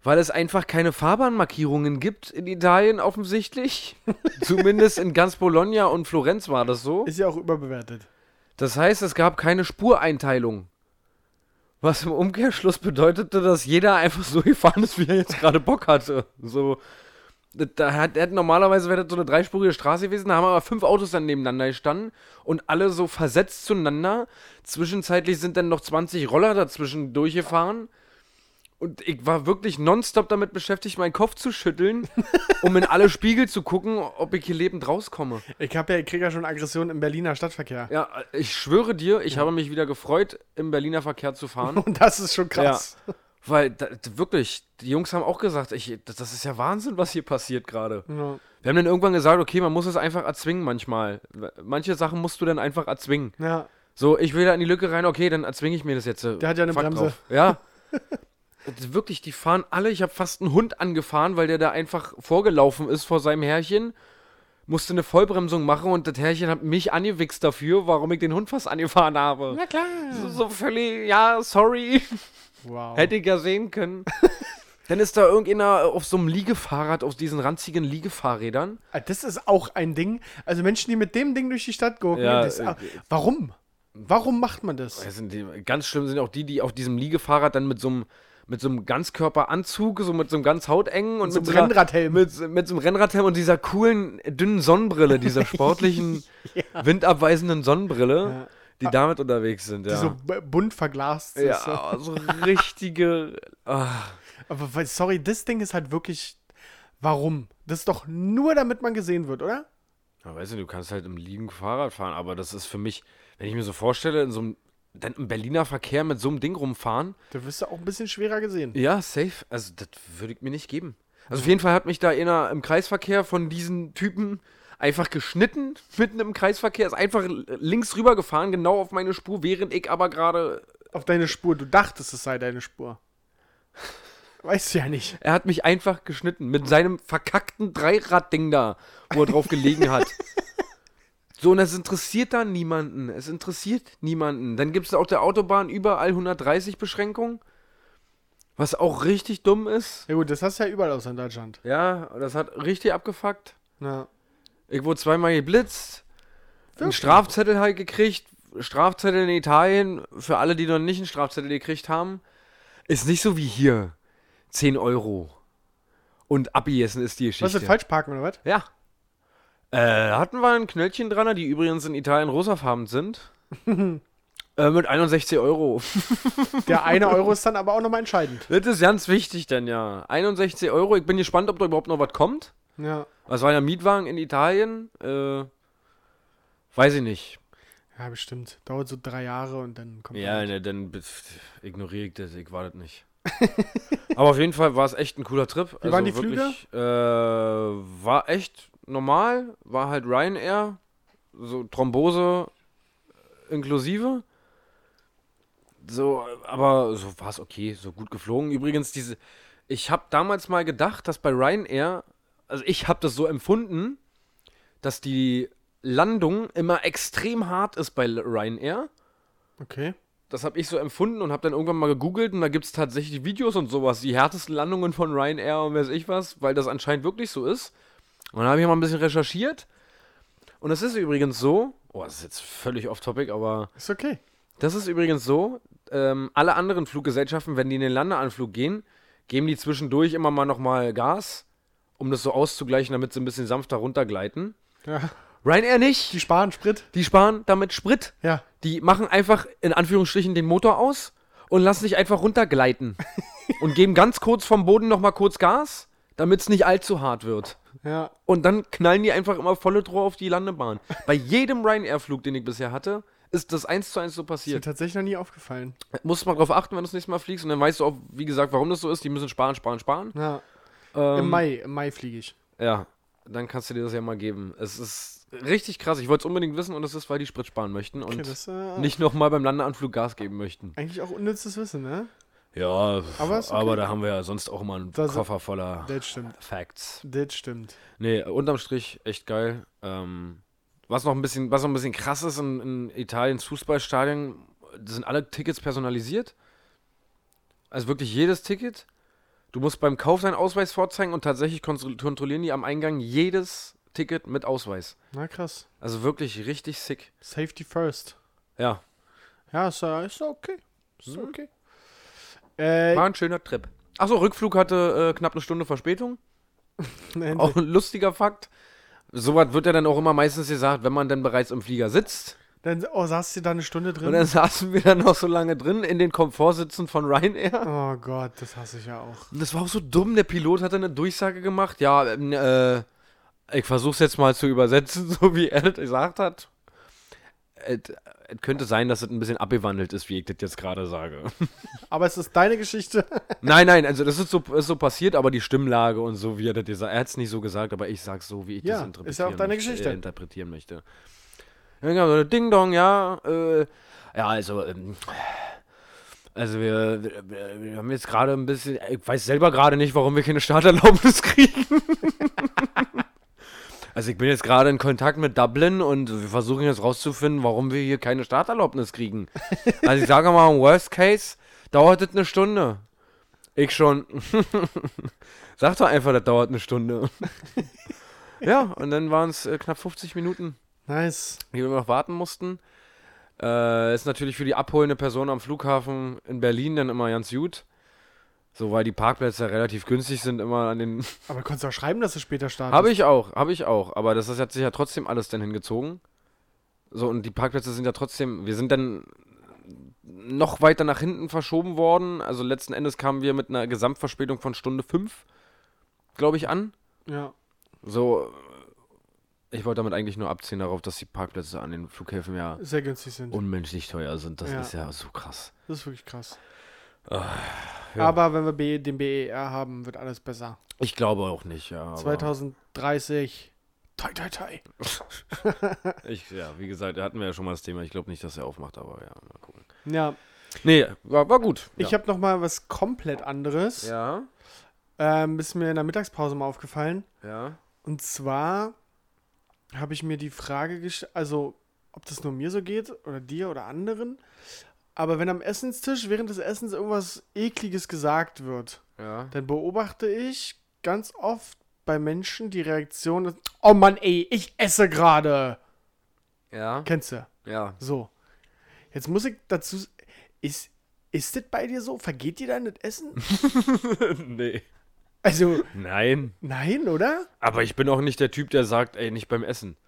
[SPEAKER 1] weil es einfach keine Fahrbahnmarkierungen gibt in Italien offensichtlich. Zumindest in ganz Bologna und Florenz war das so.
[SPEAKER 3] Ist ja auch überbewertet.
[SPEAKER 1] Das heißt, es gab keine Spureinteilung. Was im Umkehrschluss bedeutete, dass jeder einfach so gefahren ist, wie er jetzt gerade Bock hatte. So, da hat, hätte normalerweise wäre das so eine dreispurige Straße gewesen, da haben aber fünf Autos dann nebeneinander gestanden und alle so versetzt zueinander. Zwischenzeitlich sind dann noch 20 Roller dazwischen durchgefahren. Und ich war wirklich nonstop damit beschäftigt, meinen Kopf zu schütteln, um in alle Spiegel zu gucken, ob ich hier lebend rauskomme.
[SPEAKER 3] Ich habe ja, ich krieg ja schon Aggression im Berliner Stadtverkehr.
[SPEAKER 1] Ja, ich schwöre dir, ich habe mich wieder gefreut, im Berliner Verkehr zu fahren.
[SPEAKER 3] Und das ist schon krass.
[SPEAKER 1] weil da, d- wirklich, die Jungs haben auch gesagt, ich, das das ist ja Wahnsinn, was hier passiert gerade.
[SPEAKER 3] Ja.
[SPEAKER 1] Wir haben dann irgendwann gesagt, okay, man muss es einfach erzwingen manchmal. Manche Sachen musst du dann einfach erzwingen.
[SPEAKER 3] ja.
[SPEAKER 1] So, ich will da in die Lücke rein, okay, dann erzwinge ich mir das jetzt. äh,
[SPEAKER 3] Der hat ja eine Bremse.
[SPEAKER 1] Ja. Und Wirklich, die fahren alle. Ich habe fast einen Hund angefahren, weil der da einfach vorgelaufen ist vor seinem Herrchen. Musste eine Vollbremsung machen und das Herrchen hat mich angewichst dafür, warum ich den Hund fast angefahren habe.
[SPEAKER 3] Na klar.
[SPEAKER 1] So, so völlig, ja, sorry.
[SPEAKER 3] Wow.
[SPEAKER 1] Hätte ich ja sehen können. Dann ist da irgendeiner auf so einem Liegefahrrad, auf diesen ranzigen Liegefahrrädern.
[SPEAKER 3] Ah, Das ist auch ein Ding. Also Menschen, die mit dem Ding durch die Stadt gucken.
[SPEAKER 1] Ja,
[SPEAKER 3] das,
[SPEAKER 1] äh,
[SPEAKER 3] ah, warum? Warum macht man das?
[SPEAKER 1] Das sind die, ganz schlimm sind auch die, die auf diesem Liegefahrrad dann mit so einem mit so einem Ganzkörperanzug, so mit so einem ganz hautengen und
[SPEAKER 3] So
[SPEAKER 1] mit
[SPEAKER 3] ein
[SPEAKER 1] einer-
[SPEAKER 3] Rennradhelm.
[SPEAKER 1] mit, mit so einem Rennradhelm und dieser coolen, dünnen Sonnenbrille, dieser sportlichen, windabweisenden Sonnenbrille, die damit unterwegs sind,
[SPEAKER 3] Ah. Die so
[SPEAKER 1] ja.
[SPEAKER 3] b- bunt verglast. ist.
[SPEAKER 1] ja, so richtige. Ah.
[SPEAKER 3] Aber weil- sorry, das Ding ist halt wirklich. Warum? Das ist doch nur, damit man gesehen wird, oder?
[SPEAKER 1] Ja, weißt du, du kannst halt im Liegen Fahrrad fahren, aber das ist für mich, wenn ich mir so vorstelle, in so einem, dann im Berliner Verkehr mit so einem Ding rumfahren,
[SPEAKER 3] Da wirst du auch ein bisschen schwerer gesehen.
[SPEAKER 1] Ja, safe. Also, das würde ich mir nicht geben. Also, auf jeden Fall hat mich da einer im Kreisverkehr von diesen Typen einfach geschnitten, mitten im Kreisverkehr, ist einfach l- links rüber gefahren, genau auf meine Spur, während ich aber gerade.
[SPEAKER 3] Auf deine Spur. Du dachtest, es sei deine Spur. Weißt du ja nicht.
[SPEAKER 1] Er hat mich einfach geschnitten mit seinem verkackten Dreiradding da, wo er drauf gelegen hat. So, und das interessiert dann niemanden. Es interessiert niemanden. Dann gibt es auf der Autobahn überall 130-Beschränkung, was auch richtig dumm ist.
[SPEAKER 3] Ja gut, das hast du ja überall aus in Deutschland.
[SPEAKER 1] Ja, das hat richtig abgefuckt.
[SPEAKER 3] Ja.
[SPEAKER 1] Ich wurde zweimal geblitzt. Einen Strafzettel halt gekriegt. Strafzettel in Italien, für alle, die noch nicht einen Strafzettel gekriegt haben, ist nicht so wie hier. 10 Euro. Und abgegessen ist die Geschichte.
[SPEAKER 3] Was ist falsch parken oder was?
[SPEAKER 1] Ja. Äh, da hatten wir ein Knöllchen dran, die übrigens in Italien rosafarben sind. Äh, mit 61 Euro.
[SPEAKER 3] Der eine Euro ist dann aber auch nochmal entscheidend.
[SPEAKER 1] Das ist ganz wichtig dann ja. 61 Euro. Ich bin gespannt, ob da überhaupt noch was kommt.
[SPEAKER 3] Ja.
[SPEAKER 1] Was war ja Mietwagen in Italien? Äh, weiß ich nicht.
[SPEAKER 3] Ja, bestimmt. Dauert so drei Jahre und dann kommt
[SPEAKER 1] Ja, ne, dann be- pf, ignoriere ich das, ich war das nicht. Aber auf jeden Fall war es echt ein cooler Trip. Also
[SPEAKER 3] Wie waren die
[SPEAKER 1] wirklich, Äh, war echt normal, war halt Ryanair, so Thrombose inklusive. So, aber so war es okay, so gut geflogen. Übrigens, diese, ich habe damals mal gedacht, dass bei Ryanair, also ich habe das so empfunden, dass die Landung immer extrem hart ist bei Ryanair ne.
[SPEAKER 3] Okay.
[SPEAKER 1] das habe ich so empfunden und habe dann irgendwann mal gegoogelt und da gibt es tatsächlich Videos und sowas, die härtesten Landungen von Ryanair und weiß ich was, weil das anscheinend wirklich so ist. Und dann habe ich mal ein bisschen recherchiert und es ist übrigens so, oh, das ist jetzt völlig off-topic, aber
[SPEAKER 3] Ist okay.
[SPEAKER 1] das ist übrigens so, ähm, alle anderen Fluggesellschaften, wenn die in den Landeanflug gehen, geben die zwischendurch immer mal nochmal Gas, um das so auszugleichen, damit sie ein bisschen sanfter runtergleiten.
[SPEAKER 3] Ja.
[SPEAKER 1] Ryanair nicht,
[SPEAKER 3] Die sparen Sprit.
[SPEAKER 1] die sparen damit Sprit.
[SPEAKER 3] Ja.
[SPEAKER 1] Die machen einfach in Anführungsstrichen den Motor aus und lassen sich einfach runtergleiten. und geben ganz kurz vom Boden nochmal kurz Gas, damit es nicht allzu hart wird.
[SPEAKER 3] Ja.
[SPEAKER 1] Und dann knallen die einfach immer volle Droh auf die Landebahn. Bei jedem Ryanair-Flug, den ich bisher hatte, ist das eins zu eins so
[SPEAKER 3] Ist mir
[SPEAKER 1] passiert.
[SPEAKER 3] tatsächlich noch nie aufgefallen.
[SPEAKER 1] Musst mal drauf achten, wenn du das nächste Mal fliegst. Und dann weißt du auch, wie gesagt, warum das so ist. Die müssen sparen, sparen, sparen.
[SPEAKER 3] Ja. Im
[SPEAKER 1] Ähm,
[SPEAKER 3] Mai, im Mai fliege ich.
[SPEAKER 1] ja, dann kannst du dir das ja mal geben. Es ist richtig krass. Ich wollte es unbedingt wissen und es ist, weil die Sprit sparen möchten und
[SPEAKER 3] Okay, das äh,
[SPEAKER 1] nicht nochmal beim Landeanflug Gas geben möchten.
[SPEAKER 3] eigentlich auch unnützes Wissen, ne?
[SPEAKER 1] Ja,
[SPEAKER 3] Aber
[SPEAKER 1] aber,
[SPEAKER 3] ist okay.
[SPEAKER 1] da haben wir ja sonst auch immer einen
[SPEAKER 3] Da sind-
[SPEAKER 1] Koffer voller
[SPEAKER 3] Das stimmt.
[SPEAKER 1] Facts.
[SPEAKER 3] Das stimmt.
[SPEAKER 1] Nee, unterm Strich echt geil. Ähm, was noch ein bisschen, was noch ein bisschen krass ist in, in Italiens Fußballstadion, das sind alle Tickets personalisiert. Also wirklich jedes Ticket. Du musst beim Kauf deinen Ausweis vorzeigen und tatsächlich kontro- kontrollieren die am Eingang jedes Ticket mit Ausweis.
[SPEAKER 3] Na krass.
[SPEAKER 1] Also wirklich richtig sick.
[SPEAKER 3] Safety first.
[SPEAKER 1] Ja,
[SPEAKER 3] Ja, ist, äh, ist okay. Ist
[SPEAKER 1] Mhm.
[SPEAKER 3] okay. Äh,
[SPEAKER 1] war ein schöner Trip. Achso, Rückflug hatte äh, knapp eine Stunde Verspätung.
[SPEAKER 3] nein,
[SPEAKER 1] Auch ein lustiger Fakt. Sowas wird ja dann auch immer meistens gesagt, wenn man dann bereits im Flieger sitzt.
[SPEAKER 3] dann oh, saß du da eine Stunde
[SPEAKER 1] Und
[SPEAKER 3] drin?
[SPEAKER 1] dann saßen wir dann noch so lange drin in den Komfortsitzen von Ryanair.
[SPEAKER 3] Oh Gott, das hasse ich ja auch.
[SPEAKER 1] Und das war auch so dumm. Der Pilot hat dann eine Durchsage gemacht. Ja, ähm, äh, ich versuch's jetzt mal zu übersetzen, so wie er das gesagt hat. Es es könnte sein, dass es ein bisschen abgewandelt ist, wie ich das jetzt gerade sage.
[SPEAKER 3] Aber es ist deine Geschichte.
[SPEAKER 1] nein, nein, also das ist so, ist so passiert, aber die Stimmlage und so, wie er das gesagt hat, er hat's nicht so gesagt, aber ich sag's so, wie ich
[SPEAKER 3] Ja,
[SPEAKER 1] das
[SPEAKER 3] ist ja
[SPEAKER 1] interpretieren
[SPEAKER 3] auch deine
[SPEAKER 1] möchte,
[SPEAKER 3] Geschichte.
[SPEAKER 1] Äh, interpretieren möchte. Dann kam so eine Ding Dong, ja. Äh, ja, also, ähm, also wir, wir, wir haben jetzt gerade ein bisschen, ich weiß selber gerade nicht, warum wir keine Starterlaubnis kriegen. Also ich bin jetzt gerade in Kontakt mit Dublin und wir versuchen jetzt rauszufinden, warum wir hier keine Starterlaubnis kriegen. Also ich sage mal, im Worst Case dauert es eine Stunde. Ich schon. Sag doch einfach, das dauert eine Stunde. ja, und dann waren es äh, knapp 50 Minuten,
[SPEAKER 3] Nice.
[SPEAKER 1] die wir noch warten mussten. Äh, ist natürlich für die abholende Person am Flughafen in Berlin dann immer ganz gut. So, weil die Parkplätze relativ günstig sind, immer an den.
[SPEAKER 3] Aber du konntest auch schreiben, dass du später startest.
[SPEAKER 1] habe ich auch, habe ich auch. Aber das ist, hat sich ja trotzdem alles dann hingezogen. So, und die Parkplätze sind ja trotzdem. Wir sind dann noch weiter nach hinten verschoben worden. Also letzten Endes kamen wir mit einer Gesamtverspätung von Stunde 5, glaube ich, an.
[SPEAKER 3] Ja.
[SPEAKER 1] So, äh, ich wollte damit eigentlich nur abziehen darauf, dass die Parkplätze an den Flughäfen ja
[SPEAKER 3] Sehr günstig
[SPEAKER 1] Oh,
[SPEAKER 3] sind.
[SPEAKER 1] unmenschlich teuer sind. Das
[SPEAKER 3] Ja.
[SPEAKER 1] ist ja so krass.
[SPEAKER 3] Das ist wirklich krass. Ah,
[SPEAKER 1] ja.
[SPEAKER 3] Aber wenn wir B, den BER haben, wird alles besser.
[SPEAKER 1] Ich glaube auch nicht, ja. aber-
[SPEAKER 3] 2030. Toi, toi, toi.
[SPEAKER 1] Ich, ja, wie gesagt, da hatten wir ja schon mal das Thema. Ich glaube nicht, dass er aufmacht, aber ja, mal gucken.
[SPEAKER 3] Ja,
[SPEAKER 1] Nee, war, war gut.
[SPEAKER 3] ich habe noch mal was komplett anderes.
[SPEAKER 1] ja,
[SPEAKER 3] Ähm, ist mir in der Mittagspause mal aufgefallen.
[SPEAKER 1] ja.
[SPEAKER 3] Und zwar habe ich mir die Frage gestellt, also ob das nur mir so geht oder dir oder anderen. Aber wenn am Essenstisch während des Essens irgendwas Ekliges gesagt wird,
[SPEAKER 1] Ja.
[SPEAKER 3] dann beobachte ich ganz oft bei Menschen die Reaktion, dass, oh Mann, ey, ich esse gerade.
[SPEAKER 1] Ja.
[SPEAKER 3] Kennst du?
[SPEAKER 1] Ja.
[SPEAKER 3] So. Jetzt muss ich dazu. s- Ist, ist das bei dir so? Vergeht dir dann das Essen?
[SPEAKER 1] nee.
[SPEAKER 3] Also,
[SPEAKER 1] Nein.
[SPEAKER 3] nein, oder?
[SPEAKER 1] Aber ich bin auch nicht der Typ, der sagt, ey, nicht beim Essen.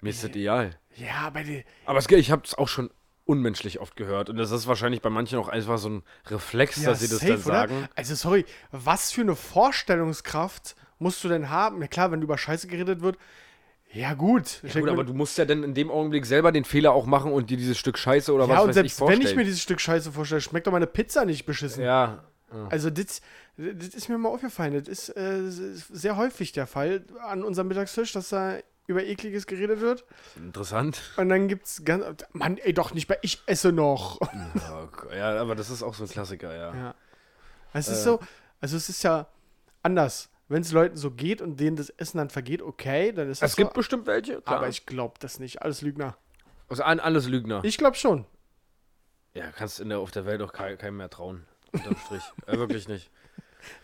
[SPEAKER 1] Mir ist das egal.
[SPEAKER 3] Ja, bei dir.
[SPEAKER 1] Aber es, ge- ich habe es auch schon unmenschlich oft gehört. Und das ist wahrscheinlich bei manchen auch einfach so ein Reflex, dass sie das
[SPEAKER 3] safe,
[SPEAKER 1] dann sagen.
[SPEAKER 3] Oder? Also, sorry, was für eine Vorstellungskraft musst du denn haben? Na klar, wenn über Scheiße geredet wird, ja gut.
[SPEAKER 1] Ja,
[SPEAKER 3] Ich denk
[SPEAKER 1] gut,
[SPEAKER 3] mir-
[SPEAKER 1] aber du musst ja dann in dem Augenblick selber den Fehler auch machen und dir dieses Stück Scheiße oder
[SPEAKER 3] ja,
[SPEAKER 1] was
[SPEAKER 3] und
[SPEAKER 1] weiß ich
[SPEAKER 3] selbst wenn
[SPEAKER 1] vorstellen.
[SPEAKER 3] ich mir dieses Stück Scheiße vorstelle, schmeckt doch meine Pizza nicht beschissen.
[SPEAKER 1] ja,
[SPEAKER 3] Also, das, das ist mir mal aufgefallen. Das ist äh, sehr häufig der Fall an unserem Mittagstisch, dass da über Ekliges geredet wird.
[SPEAKER 1] interessant.
[SPEAKER 3] Und dann gibt's ganz. Mann, ey, doch nicht bei Ich esse noch.
[SPEAKER 1] Ja, okay. ja, aber das ist auch so ein Klassiker, ja.
[SPEAKER 3] Ja. Es ist so, also es ist ja anders. Wenn es Leuten so geht und denen das Essen dann vergeht, okay, dann ist das
[SPEAKER 1] Es gibt
[SPEAKER 3] so.
[SPEAKER 1] bestimmt welche, klar.
[SPEAKER 3] Also Aber ich glaube das nicht. Alles Lügner.
[SPEAKER 1] also an, alles Lügner.
[SPEAKER 3] Ich glaube schon.
[SPEAKER 1] ja, kannst in der, auf der Welt auch kein, keinem mehr trauen. Unterm Strich. äh, wirklich nicht.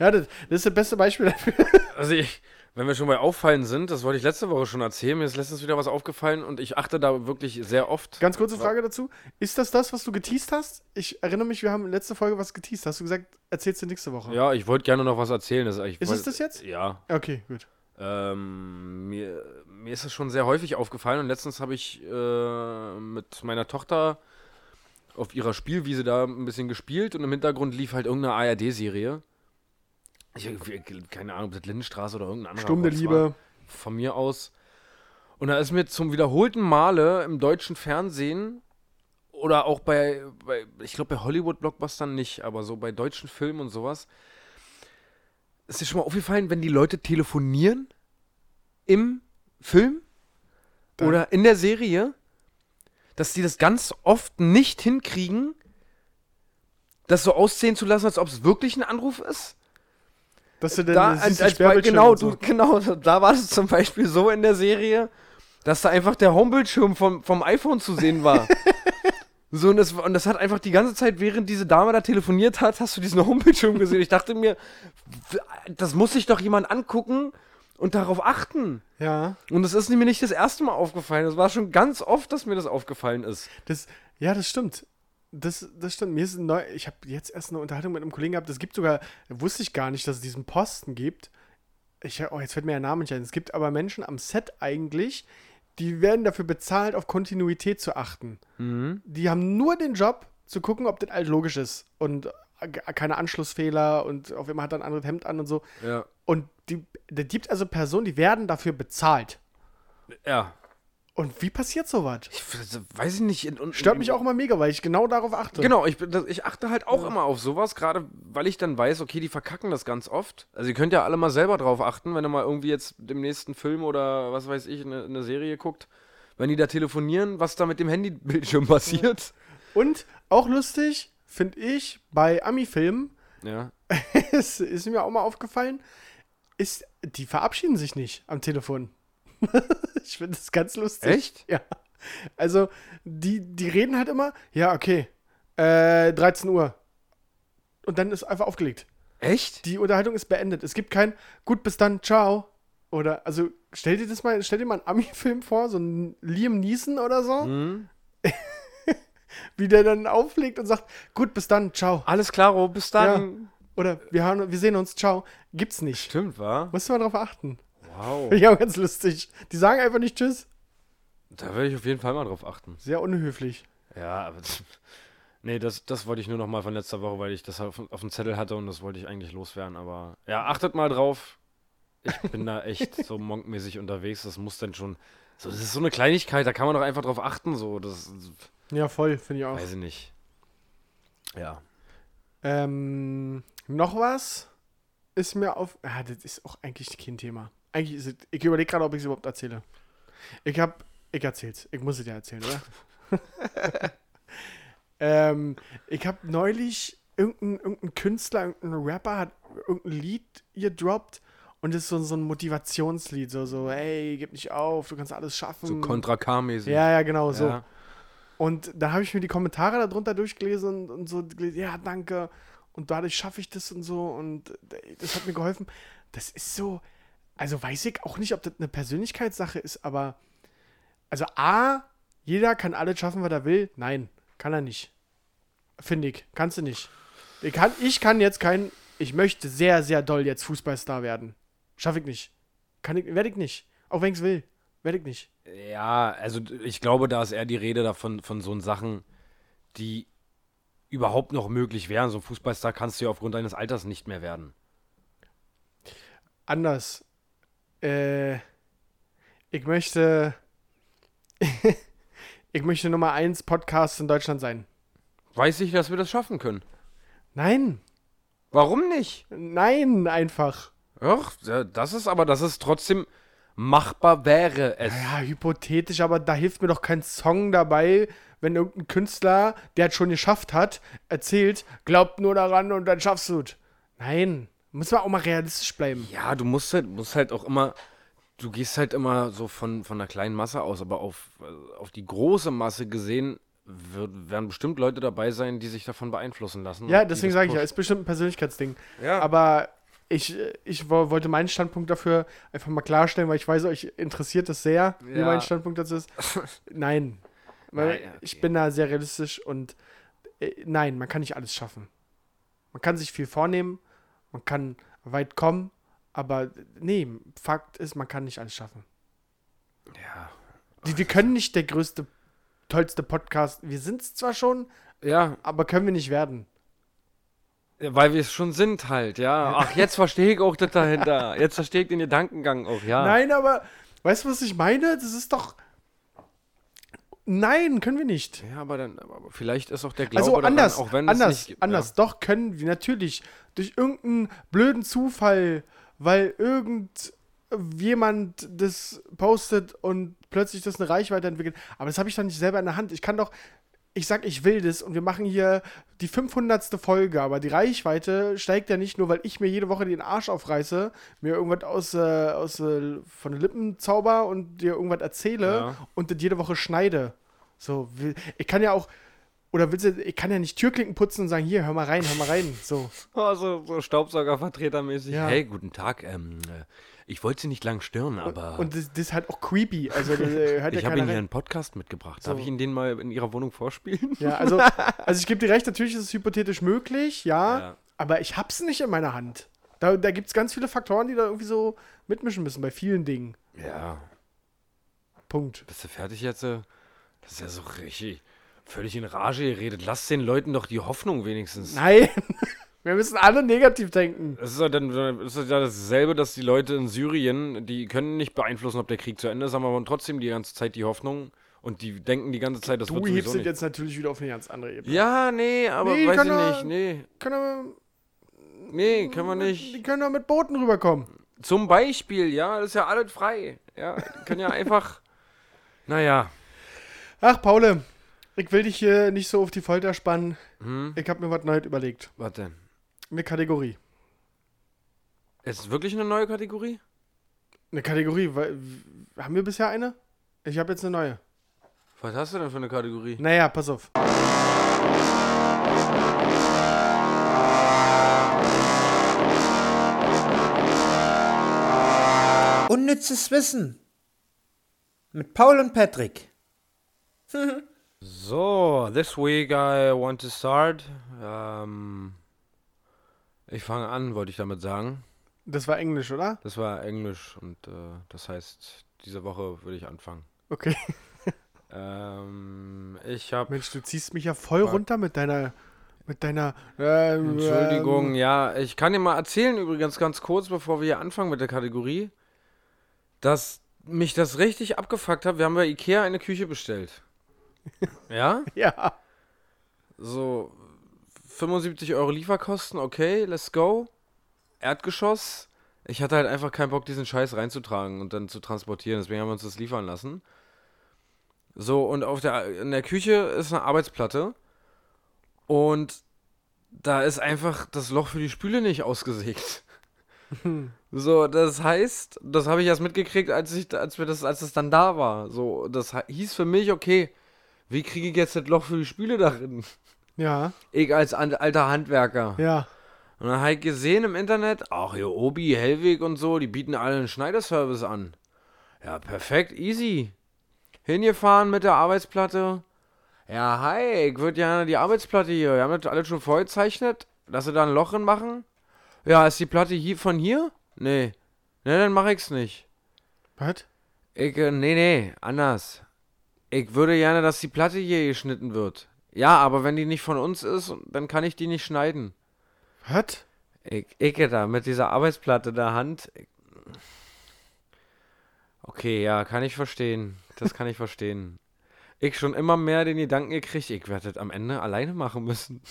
[SPEAKER 3] Ja, das, das ist das beste Beispiel dafür.
[SPEAKER 1] Also ich, wenn wir schon bei Auffallen sind, das wollte ich letzte Woche schon erzählen, mir ist letztens wieder was aufgefallen und ich achte da wirklich sehr oft.
[SPEAKER 3] Ganz kurze Frage dazu. Ist das das, was du geteased hast? Ich erinnere mich, wir haben letzte Folge was geteased. Hast du gesagt, erzählst du nächste Woche?
[SPEAKER 1] Ja, ich wollte gerne noch was erzählen. Das, ich
[SPEAKER 3] Ist
[SPEAKER 1] wollt-
[SPEAKER 3] es das jetzt?
[SPEAKER 1] Ja.
[SPEAKER 3] Okay, gut.
[SPEAKER 1] Ähm, mir, mir ist es schon sehr häufig aufgefallen und letztens habe ich äh, mit meiner Tochter auf ihrer Spielwiese da ein bisschen gespielt und im Hintergrund lief halt irgendeine ARD-Serie. Ich irgendwie- keine Ahnung, ob das Lindenstraße oder irgendein anderer
[SPEAKER 3] Stunde
[SPEAKER 1] Rotz war.
[SPEAKER 3] Liebe.
[SPEAKER 1] von mir aus. Und da ist mir zum wiederholten Male im deutschen Fernsehen oder auch bei, bei ich glaube bei Hollywood-Blockbustern nicht, aber so bei deutschen Filmen und sowas, ist dir schon mal aufgefallen, wenn die Leute telefonieren im Film
[SPEAKER 3] Dann-
[SPEAKER 1] oder in der Serie, dass die das ganz oft nicht hinkriegen, das so aussehen zu lassen, als ob es wirklich ein Anruf ist?
[SPEAKER 3] Dass du denn
[SPEAKER 1] da,
[SPEAKER 3] siehst
[SPEAKER 1] als,
[SPEAKER 3] die
[SPEAKER 1] als bei,
[SPEAKER 3] Sperrbildschirme
[SPEAKER 1] genau,
[SPEAKER 3] und so.
[SPEAKER 1] du, genau, da war es zum Beispiel so in der Serie, dass da einfach der Homebildschirm vom, vom iPhone zu sehen war. so, und das, und das hat einfach die ganze Zeit, während diese Dame da telefoniert hat, hast du diesen Homebildschirm gesehen. Ich dachte mir, das muss sich doch jemand angucken und darauf achten.
[SPEAKER 3] Ja.
[SPEAKER 1] Und das ist mir nicht das erste Mal aufgefallen. Das war schon ganz oft, dass mir das aufgefallen ist.
[SPEAKER 3] Das, ja, das stimmt. Das, das stimmt. Mir ist ein neu, ich habe jetzt erst eine Unterhaltung mit einem Kollegen gehabt. Es gibt sogar, wusste ich gar nicht, dass es diesen Posten gibt. Ich, oh, jetzt fällt mir der Name nicht ein. Es gibt aber Menschen am Set eigentlich, die werden dafür bezahlt, auf Kontinuität zu achten.
[SPEAKER 1] Mhm.
[SPEAKER 3] Die haben nur den Job, zu gucken, ob das alles logisch ist und äh, keine Anschlussfehler und auf einmal hat er ein anderes Hemd an und so.
[SPEAKER 1] Ja.
[SPEAKER 3] Und die, da gibt also Personen, die werden dafür bezahlt.
[SPEAKER 1] Ja.
[SPEAKER 3] Und wie passiert sowas?
[SPEAKER 1] Ich weiß ich nicht. in- in-
[SPEAKER 3] Stört mich auch immer mega, weil ich genau darauf achte.
[SPEAKER 1] Genau, ich, bin- das- ich achte halt auch immer auf sowas, gerade weil ich dann weiß, okay, die verkacken das ganz oft. Also ihr könnt ja alle mal selber drauf achten, wenn ihr mal irgendwie jetzt dem nächsten Film oder was weiß ich, ne, eine, eine Serie guckt, wenn die da telefonieren, was da mit dem Handybildschirm passiert.
[SPEAKER 3] Und auch lustig, finde ich, bei Ami-Filmen,
[SPEAKER 1] Ja.
[SPEAKER 3] es ist mir auch mal aufgefallen, ist, die verabschieden sich nicht am Telefon. ich finde das ganz lustig.
[SPEAKER 1] Echt?
[SPEAKER 3] Ja. Also, die, die reden halt immer, ja, okay, äh, 13 Uhr. Und dann ist einfach aufgelegt.
[SPEAKER 1] Echt?
[SPEAKER 3] Die Unterhaltung ist beendet. Es gibt kein, gut, bis dann, ciao. Oder, also, stell dir das mal, stell dir mal einen Ami-Film vor, so einen Liam Neeson oder so,
[SPEAKER 1] Mhm.
[SPEAKER 3] wie der dann auflegt und sagt, gut, bis dann, ciao.
[SPEAKER 1] Alles klaro, bis dann.
[SPEAKER 3] Oder wir, hören, wir sehen uns, ciao. Gibt's nicht.
[SPEAKER 1] Stimmt, wa?
[SPEAKER 3] Musst du mal drauf achten.
[SPEAKER 1] Wow.
[SPEAKER 3] Finde ich auch ganz lustig. Die sagen einfach nicht Tschüss.
[SPEAKER 1] Da werde ich auf jeden Fall mal drauf achten.
[SPEAKER 3] Sehr unhöflich.
[SPEAKER 1] Ja, aber das, nee, das, das wollte ich nur noch mal von letzter Woche, weil ich das auf, auf dem Zettel hatte und das wollte ich eigentlich loswerden. Aber ja, achtet mal drauf. Ich bin da echt so monkmäßig unterwegs. Das muss dann schon. So, das ist so eine Kleinigkeit, da kann man doch einfach drauf achten. So, das
[SPEAKER 3] Ja, voll, finde ich auch.
[SPEAKER 1] weiß ich nicht. Ja.
[SPEAKER 3] Ähm, noch was ist mir auf. Ah, das ist auch eigentlich kein Thema. Eigentlich ist es. Ich überlege gerade, ob ich es überhaupt erzähle. Ich hab. Ich erzähl's. Ich muss es ja erzählen, oder? ähm, ich habe neulich irgendein, irgendein Künstler, irgendein Rapper hat irgendein Lied gedroppt und das ist so, so ein Motivationslied. So, so, hey, gib nicht auf, du kannst alles schaffen.
[SPEAKER 1] So Contra K-mäßig.
[SPEAKER 3] Hm. ja, ja, genau, so.
[SPEAKER 1] Ja.
[SPEAKER 3] Und da habe ich mir die Kommentare darunter durchgelesen und, und so, gelesen, ja, danke. Und dadurch schaffe ich das und so. Und äh, das hat mir geholfen. Das ist so, also weiß ich auch nicht, ob das eine Persönlichkeitssache ist, aber also A, jeder kann alles schaffen, was er will. Nein, kann er nicht. Finde ich. Kannst du nicht. Ich kann, ich kann jetzt kein, ich möchte sehr, sehr doll jetzt Fußballstar werden. Schaffe ich nicht. Kann ich, werde ich nicht. Auch wenn ich es will. Werde ich nicht.
[SPEAKER 1] Ja, also d- ich glaube, da ist eher die Rede davon, von so Sachen, die überhaupt noch möglich wären. So ein Fußballstar kannst du ja aufgrund deines Alters nicht mehr werden.
[SPEAKER 3] Anders. Äh, ich möchte. ich möchte Nummer 1 Podcast in Deutschland sein.
[SPEAKER 1] Weiß ich, dass wir das schaffen können.
[SPEAKER 3] Nein.
[SPEAKER 1] Warum nicht?
[SPEAKER 3] Nein, einfach.
[SPEAKER 1] Ach, das ist aber, das ist trotzdem machbar wäre es.
[SPEAKER 3] Ja, hypothetisch, aber da hilft mir doch kein Song dabei, wenn irgendein Künstler, der es schon geschafft hat, erzählt, glaubt nur daran und dann schaffst du es. Nein, muss man auch mal realistisch bleiben.
[SPEAKER 1] Ja, du musst halt, musst halt auch immer, du gehst halt immer so von, von einer kleinen Masse aus, aber auf, äh, auf die große Masse gesehen wird, werden bestimmt Leute dabei sein, die sich davon beeinflussen lassen.
[SPEAKER 3] Ja,
[SPEAKER 1] und die
[SPEAKER 3] deswegen
[SPEAKER 1] das
[SPEAKER 3] sage ich ja,
[SPEAKER 1] pushen.
[SPEAKER 3] ist bestimmt ein Persönlichkeitsding.
[SPEAKER 1] Ja.
[SPEAKER 3] Aber ich, ich wo- wollte meinen Standpunkt dafür einfach mal klarstellen, weil ich weiß, euch interessiert das sehr, wie
[SPEAKER 1] Ja.
[SPEAKER 3] mein Standpunkt dazu ist. Nein. Weil
[SPEAKER 1] Nein, ja,
[SPEAKER 3] ich
[SPEAKER 1] okay.
[SPEAKER 3] bin da sehr realistisch und äh, nein, man kann nicht alles schaffen. Man kann sich viel vornehmen, man kann weit kommen, aber nee, Fakt ist, man kann nicht alles schaffen. halt.
[SPEAKER 1] Ja.
[SPEAKER 3] Die, wir können nicht der größte, tollste Podcast. Wir sind es zwar schon,
[SPEAKER 1] ja,
[SPEAKER 3] aber können wir nicht werden.
[SPEAKER 1] Weil wir es schon sind halt, ja. Ach, jetzt verstehe ich auch das dahinter. Jetzt verstehe ich den Gedankengang auch, ja.
[SPEAKER 3] Nein, aber weißt du, was ich meine? Das ist doch. Nein, können wir nicht.
[SPEAKER 1] Ja, aber dann, aber vielleicht ist auch der Glaube
[SPEAKER 3] Also
[SPEAKER 1] daran,
[SPEAKER 3] anders,
[SPEAKER 1] auch wenn es
[SPEAKER 3] anders,
[SPEAKER 1] nicht,
[SPEAKER 3] anders. Doch können wir natürlich durch irgendeinen blöden Zufall, weil irgendjemand das postet und plötzlich das eine Reichweite entwickelt. Aber das habe ich doch nicht selber in der Hand. Ich kann doch, ich sag, ich will das und wir machen hier die 500. Folge, aber die Reichweite steigt ja nicht nur, weil ich mir jede Woche den Arsch aufreiße, mir irgendwas aus, äh, aus äh, von den Lippen zauber und dir irgendwas erzähle
[SPEAKER 1] Ja.
[SPEAKER 3] und das jede Woche schneide. So, will- ich kann ja auch, oder willst du, ich kann ja nicht Türklinken putzen und sagen, hier, hör mal rein, hör mal rein. So.
[SPEAKER 1] Ja. Oh, so, so Staubsaugervertretermäßig.
[SPEAKER 3] Ja.
[SPEAKER 1] Hey, guten Tag. Ähm, äh, ich wollte Sie nicht lang stören, aber
[SPEAKER 3] Und das, das ist halt auch creepy. Also das, äh, hört ja
[SPEAKER 1] ich habe
[SPEAKER 3] keiner
[SPEAKER 1] Ihnen hier
[SPEAKER 3] rein.
[SPEAKER 1] einen Podcast mitgebracht.
[SPEAKER 3] So.
[SPEAKER 1] Darf ich Ihnen den mal in Ihrer Wohnung vorspielen?
[SPEAKER 3] Ja, also, also ich gebe dir recht, natürlich ist es hypothetisch möglich, ja,
[SPEAKER 1] Ja.
[SPEAKER 3] aber ich hab's nicht in meiner Hand. Da, da gibt es ganz viele Faktoren, die da irgendwie so mitmischen müssen bei vielen Dingen.
[SPEAKER 1] Ja.
[SPEAKER 3] Punkt.
[SPEAKER 1] Bist du fertig jetzt? äh? Das ist ja so richtig völlig in Rage geredet. Lass den Leuten doch die Hoffnung wenigstens.
[SPEAKER 3] Nein. Wir müssen alle negativ denken.
[SPEAKER 1] Es ist ja dann dann ist es ja dasselbe, dass die Leute in Syrien, die können nicht beeinflussen, ob der Krieg zu Ende ist, haben aber trotzdem die ganze Zeit die Hoffnung und die denken die ganze Zeit, das
[SPEAKER 3] Du
[SPEAKER 1] wird
[SPEAKER 3] hebst
[SPEAKER 1] sowieso
[SPEAKER 3] es
[SPEAKER 1] nicht.
[SPEAKER 3] jetzt natürlich wieder auf eine ganz andere Ebene.
[SPEAKER 1] Ja, nee, aber
[SPEAKER 3] Nee,
[SPEAKER 1] weiß
[SPEAKER 3] kann
[SPEAKER 1] ich
[SPEAKER 3] er-
[SPEAKER 1] nicht. Nee,
[SPEAKER 3] Können
[SPEAKER 1] nee, können wir
[SPEAKER 3] wir,
[SPEAKER 1] nicht.
[SPEAKER 3] die können doch mit Booten rüberkommen.
[SPEAKER 1] Zum Beispiel, ja, das ist ja alles frei. Ja, die können ja einfach. Naja,
[SPEAKER 3] Ach, Paule, ich will dich hier nicht so auf die Folter spannen.
[SPEAKER 1] Hm?
[SPEAKER 3] Ich habe mir was Neues überlegt.
[SPEAKER 1] was denn?
[SPEAKER 3] Eine Kategorie.
[SPEAKER 1] Ist wirklich eine neue Kategorie?
[SPEAKER 3] Eine Kategorie, weil, w- haben wir bisher eine? Ich habe jetzt eine neue.
[SPEAKER 1] Was hast du denn für eine Kategorie?
[SPEAKER 3] Naja, pass auf.
[SPEAKER 4] Unnützes Wissen. Mit Paul und Patrick.
[SPEAKER 1] So, this week I want to start. Ähm, ich fange an, wollte ich damit sagen.
[SPEAKER 3] Das war Englisch, oder?
[SPEAKER 1] Das war Englisch und äh, das heißt, diese Woche würde ich anfangen.
[SPEAKER 3] Okay.
[SPEAKER 1] Ähm, ich habe.
[SPEAKER 3] Mensch, du ziehst mich ja voll runter mit deiner. Mit deiner. ähm,
[SPEAKER 1] Entschuldigung,
[SPEAKER 3] ähm,
[SPEAKER 1] ja, ich kann dir mal erzählen, übrigens ganz kurz, bevor wir hier anfangen mit der Kategorie, dass mich das richtig abgefuckt hat. Wir haben bei Ikea eine Küche bestellt. ja?
[SPEAKER 3] Ja.
[SPEAKER 1] So, 75 Euro Lieferkosten, okay, let's go. Erdgeschoss. Ich hatte halt einfach keinen Bock, diesen Scheiß reinzutragen und dann zu transportieren. Deswegen haben wir uns das liefern lassen. So, und auf der, in der Küche ist eine Arbeitsplatte. Und da ist einfach das Loch für die Spüle nicht ausgesägt. So, das heißt, das habe ich erst mitgekriegt, als ich, als wir das, als es dann da war. So, das he- hieß für mich, okay, wie kriege ich jetzt das Loch für die Spüle darin?
[SPEAKER 3] Ja.
[SPEAKER 1] Ich als an- alter Handwerker.
[SPEAKER 3] Ja.
[SPEAKER 1] Und dann habe ich gesehen im Internet, ach hier Obi, Hellwig und so, die bieten alle einen Schneiderservice an. Ja, perfekt, easy. Hingefahren mit der Arbeitsplatte. Ja, hi, ich würde gerne die Arbeitsplatte hier. Wir haben das alles schon vorgezeichnet, dass sie da ein Loch drin machen. Ja, ist die Platte hier von hier? Nee. Ne, dann mache ich's nicht.
[SPEAKER 3] Was?
[SPEAKER 1] Ich, äh, nee, nee, anders. Ich würde gerne, dass die Platte hier geschnitten wird. Ja, aber wenn die nicht von uns ist, dann kann ich die nicht schneiden.
[SPEAKER 3] Hört?
[SPEAKER 1] Ich, ich da mit dieser Arbeitsplatte in der Hand. Okay, ja, kann ich verstehen. Das kann ich verstehen. Ich schon immer mehr den Gedanken gekriegt, ich werde das am Ende alleine machen müssen.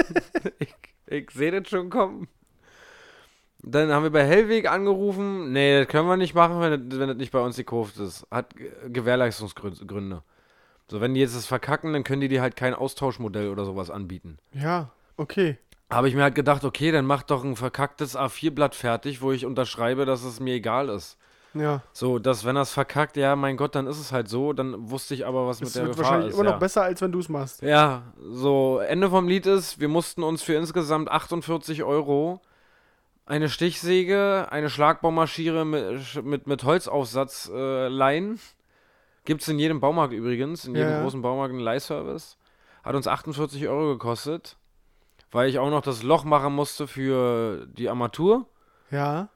[SPEAKER 1] ich ich sehe das schon kommen. Dann haben wir bei Hellweg angerufen. Nee, das können wir nicht machen, wenn das, wenn das nicht bei uns gekauft ist. Hat Ge- Gewährleistungsgründe. So, wenn die jetzt das verkacken, dann können die dir halt kein Austauschmodell oder sowas anbieten
[SPEAKER 3] Ja, okay.
[SPEAKER 1] habe ich mir halt gedacht, okay, dann mach doch ein verkacktes A4-Blatt fertig, wo ich unterschreibe, dass es mir egal ist.
[SPEAKER 3] Ja.
[SPEAKER 1] So, dass wenn das verkackt, ja, mein Gott, dann ist es halt so. Dann wusste ich aber, was mit
[SPEAKER 3] Das
[SPEAKER 1] der
[SPEAKER 3] wird
[SPEAKER 1] Gefahr
[SPEAKER 3] wahrscheinlich
[SPEAKER 1] ist.
[SPEAKER 3] immer noch
[SPEAKER 1] ja.
[SPEAKER 3] besser, als wenn du es machst.
[SPEAKER 1] Ja, so, Ende vom Lied ist, wir mussten uns für insgesamt 48 Euro eine Stichsäge, eine Schlagbohrmaschine mit, mit, mit Holzaufsatz äh, leihen. Gibt es in jedem Baumarkt übrigens, in jedem
[SPEAKER 3] Ja.
[SPEAKER 1] großen Baumarkt einen Leihservice. Hat uns 48 Euro gekostet, weil ich auch noch das Loch machen musste für die Armatur.
[SPEAKER 3] Ja.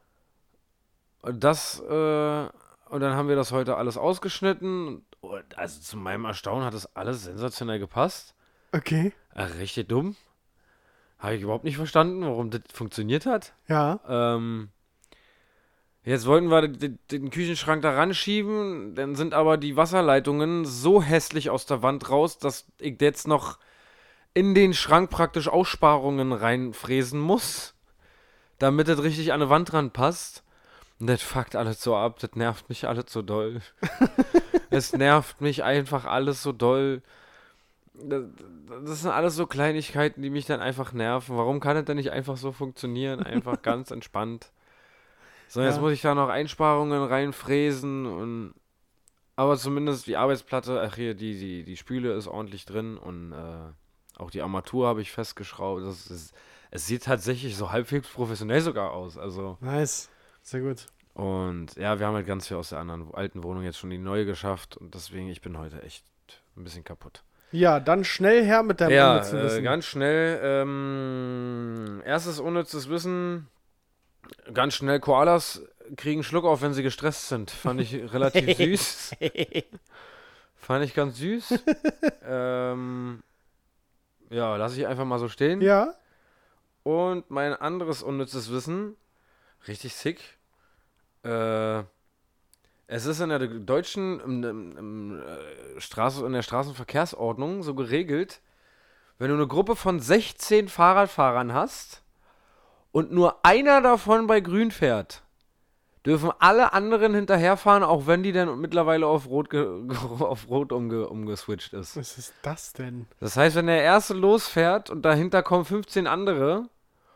[SPEAKER 1] Und das, äh, und dann haben wir das heute alles ausgeschnitten. Und also zu meinem Erstaunen hat das alles sensationell gepasst.
[SPEAKER 3] Okay.
[SPEAKER 1] Ach, richtig dumm. Habe ich überhaupt nicht verstanden, warum das funktioniert hat.
[SPEAKER 3] Ja.
[SPEAKER 1] Ähm, jetzt wollten wir den, den Küchenschrank da ranschieben, dann sind aber die Wasserleitungen so hässlich aus der Wand raus, dass ich jetzt noch in den Schrank praktisch Aussparungen reinfräsen muss, damit das richtig an eine Wand ranpasst. Und das fuckt alles so ab, das nervt mich alles so doll. es nervt mich einfach alles so doll. Das, das sind alles so Kleinigkeiten, die mich dann einfach nerven. Warum kann das denn nicht einfach so funktionieren? Einfach ganz entspannt. So, jetzt
[SPEAKER 3] Ja.
[SPEAKER 1] muss ich da noch Einsparungen reinfräsen und. Aber zumindest die Arbeitsplatte, ach hier, die, die, die Spüle ist ordentlich drin und äh, auch die Armatur habe ich festgeschraubt. Das ist, es sieht tatsächlich so halbwegs professionell sogar aus. Also.
[SPEAKER 3] Nice. Sehr gut.
[SPEAKER 1] Und ja, wir haben halt ganz viel aus der anderen alten Wohnung jetzt schon in die neue geschafft und deswegen, ich bin heute echt ein bisschen kaputt.
[SPEAKER 3] Ja, dann schnell her mit deinem
[SPEAKER 1] Ja,
[SPEAKER 3] unnützen
[SPEAKER 1] äh,
[SPEAKER 3] Wissen.
[SPEAKER 1] ganz schnell. Ähm, erstes unnützes Wissen. Ganz schnell, Koalas kriegen Schluck auf, wenn sie gestresst sind. Fand ich relativ süß. Fand ich ganz süß. ähm, ja, lasse ich einfach mal so stehen.
[SPEAKER 3] ja.
[SPEAKER 1] Und mein anderes unnützes Wissen, richtig sick. Äh, es ist in der deutschen im, im, im, äh, Straße, in der Straßenverkehrsordnung so geregelt, wenn du eine Gruppe von 16 Fahrradfahrern hast und nur einer davon bei Grün fährt, dürfen alle anderen hinterherfahren, auch wenn die dann mittlerweile auf Rot, ge auf Rot umge umgeswitcht ist.
[SPEAKER 3] Was ist das denn?
[SPEAKER 1] Das heißt, wenn der erste losfährt und dahinter kommen 15 andere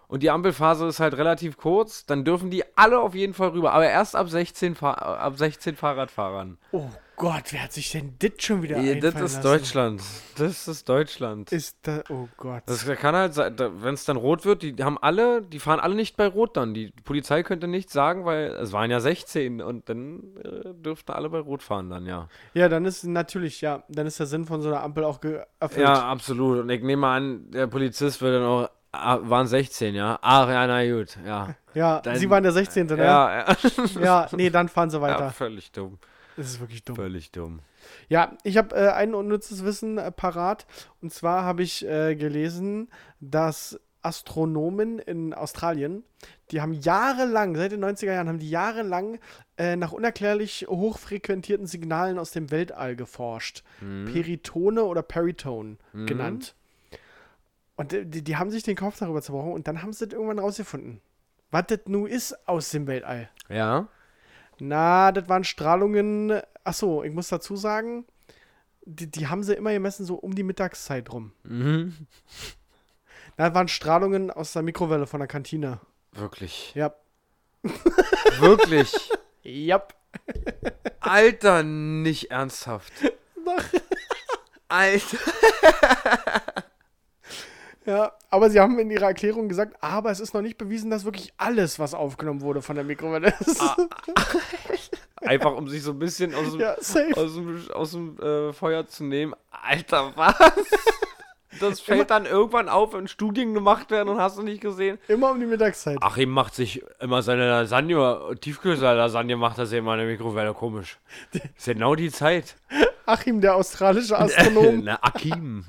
[SPEAKER 1] und die Ampelphase ist halt relativ kurz, dann dürfen die alle auf jeden Fall rüber, aber erst ab 16, Fa ab 16 Fahrradfahrern.
[SPEAKER 3] Oh Gott, wer hat sich denn dit schon wieder
[SPEAKER 1] Ja, das
[SPEAKER 3] einfallen
[SPEAKER 1] ist
[SPEAKER 3] lassen?
[SPEAKER 1] Deutschland. Das ist Deutschland.
[SPEAKER 3] Ist da, oh Gott.
[SPEAKER 1] Das kann halt sein, wenn es dann rot wird, die haben alle, die fahren alle nicht bei Rot dann. Die Polizei könnte nichts sagen, weil es waren ja 16 und dann äh, dürften alle bei Rot fahren dann, ja.
[SPEAKER 3] ja, dann ist natürlich, ja, dann ist der Sinn von so einer Ampel auch ge- erfüllt.
[SPEAKER 1] Ja, absolut. Und ich nehme an, der Polizist wird dann auch, ah, waren 16, ja? Ach, ja, na gut, ja.
[SPEAKER 3] Ja,
[SPEAKER 1] Dann-
[SPEAKER 3] sie waren der 16. Ne?
[SPEAKER 1] Ja, ja.
[SPEAKER 3] ja, nee, dann fahren sie weiter.
[SPEAKER 1] ja völlig dumm.
[SPEAKER 3] Das ist wirklich dumm.
[SPEAKER 1] Völlig dumm.
[SPEAKER 3] Ja, ich habe äh, ein unnützes Wissen äh, parat. Und zwar habe ich äh, gelesen, dass Astronomen in Australien, die haben jahrelang, seit den 90er Jahren, haben die jahrelang äh, nach unerklärlich hochfrequentierten Signalen aus dem Weltall geforscht. Peritone oder Peritone genannt. Und äh, die, die haben sich den Kopf darüber zerbrochen und dann haben sie das irgendwann rausgefunden. Was das nun ist aus dem Weltall.
[SPEAKER 1] Ja?
[SPEAKER 3] Na, das waren Strahlungen. Achso, ich muss dazu sagen, die, die haben sie immer gemessen, so um die Mittagszeit rum.
[SPEAKER 1] Mhm.
[SPEAKER 3] Na, das waren Strahlungen aus der Mikrowelle von der Kantine.
[SPEAKER 1] Wirklich.
[SPEAKER 3] Ja.
[SPEAKER 1] Wirklich.
[SPEAKER 3] Yep.
[SPEAKER 1] Alter, nicht ernsthaft. Alter.
[SPEAKER 3] Ja, aber sie haben in ihrer Erklärung gesagt, aber es ist noch nicht bewiesen, dass wirklich alles, was aufgenommen wurde von der Mikrowelle ist.
[SPEAKER 1] Einfach um sich so ein bisschen aus dem,
[SPEAKER 3] ja, safe.
[SPEAKER 1] aus dem, aus dem äh, Feuer zu nehmen. Alter, was? Das fällt dann irgendwann auf, wenn Studien gemacht werden und hast du nicht gesehen.
[SPEAKER 3] Immer um die Mittagszeit.
[SPEAKER 1] Achim macht sich immer seine Lasagne, Tiefkühlslasagne macht das ja immer in der Mikrowelle komisch. Ist genau die Zeit.
[SPEAKER 3] Achim, der australische Astronom.
[SPEAKER 1] Na, Akim.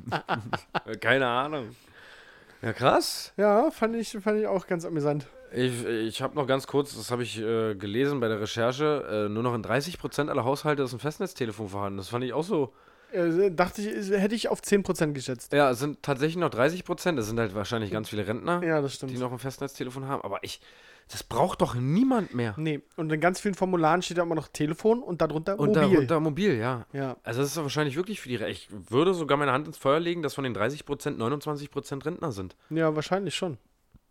[SPEAKER 1] Keine Ahnung. Ja, krass.
[SPEAKER 3] ja, fand ich, fand ich auch ganz amüsant.
[SPEAKER 1] Ich, ich habe noch ganz kurz, das habe ich äh, gelesen bei der Recherche, äh, nur noch in 30% aller Haushalte ist ein Festnetztelefon vorhanden. Das fand ich auch so.
[SPEAKER 3] Äh, dachte ich, ist- hätte ich auf 10% geschätzt.
[SPEAKER 1] Ja, es sind tatsächlich noch 30%. Das sind halt wahrscheinlich ganz viele Rentner,
[SPEAKER 3] Ja, das
[SPEAKER 1] die
[SPEAKER 3] stimmt.
[SPEAKER 1] noch ein Festnetztelefon haben. Aber ich, das braucht doch niemand mehr.
[SPEAKER 3] Nee, und in ganz vielen Formularen steht da immer noch Telefon und darunter
[SPEAKER 1] Und
[SPEAKER 3] Mobil.
[SPEAKER 1] darunter mobil, ja.
[SPEAKER 3] Ja.
[SPEAKER 1] Also das ist doch wahrscheinlich wirklich für die Re Ich würde sogar meine Hand ins Feuer legen, dass von den 30% 29% Rentner sind.
[SPEAKER 3] ja, wahrscheinlich schon.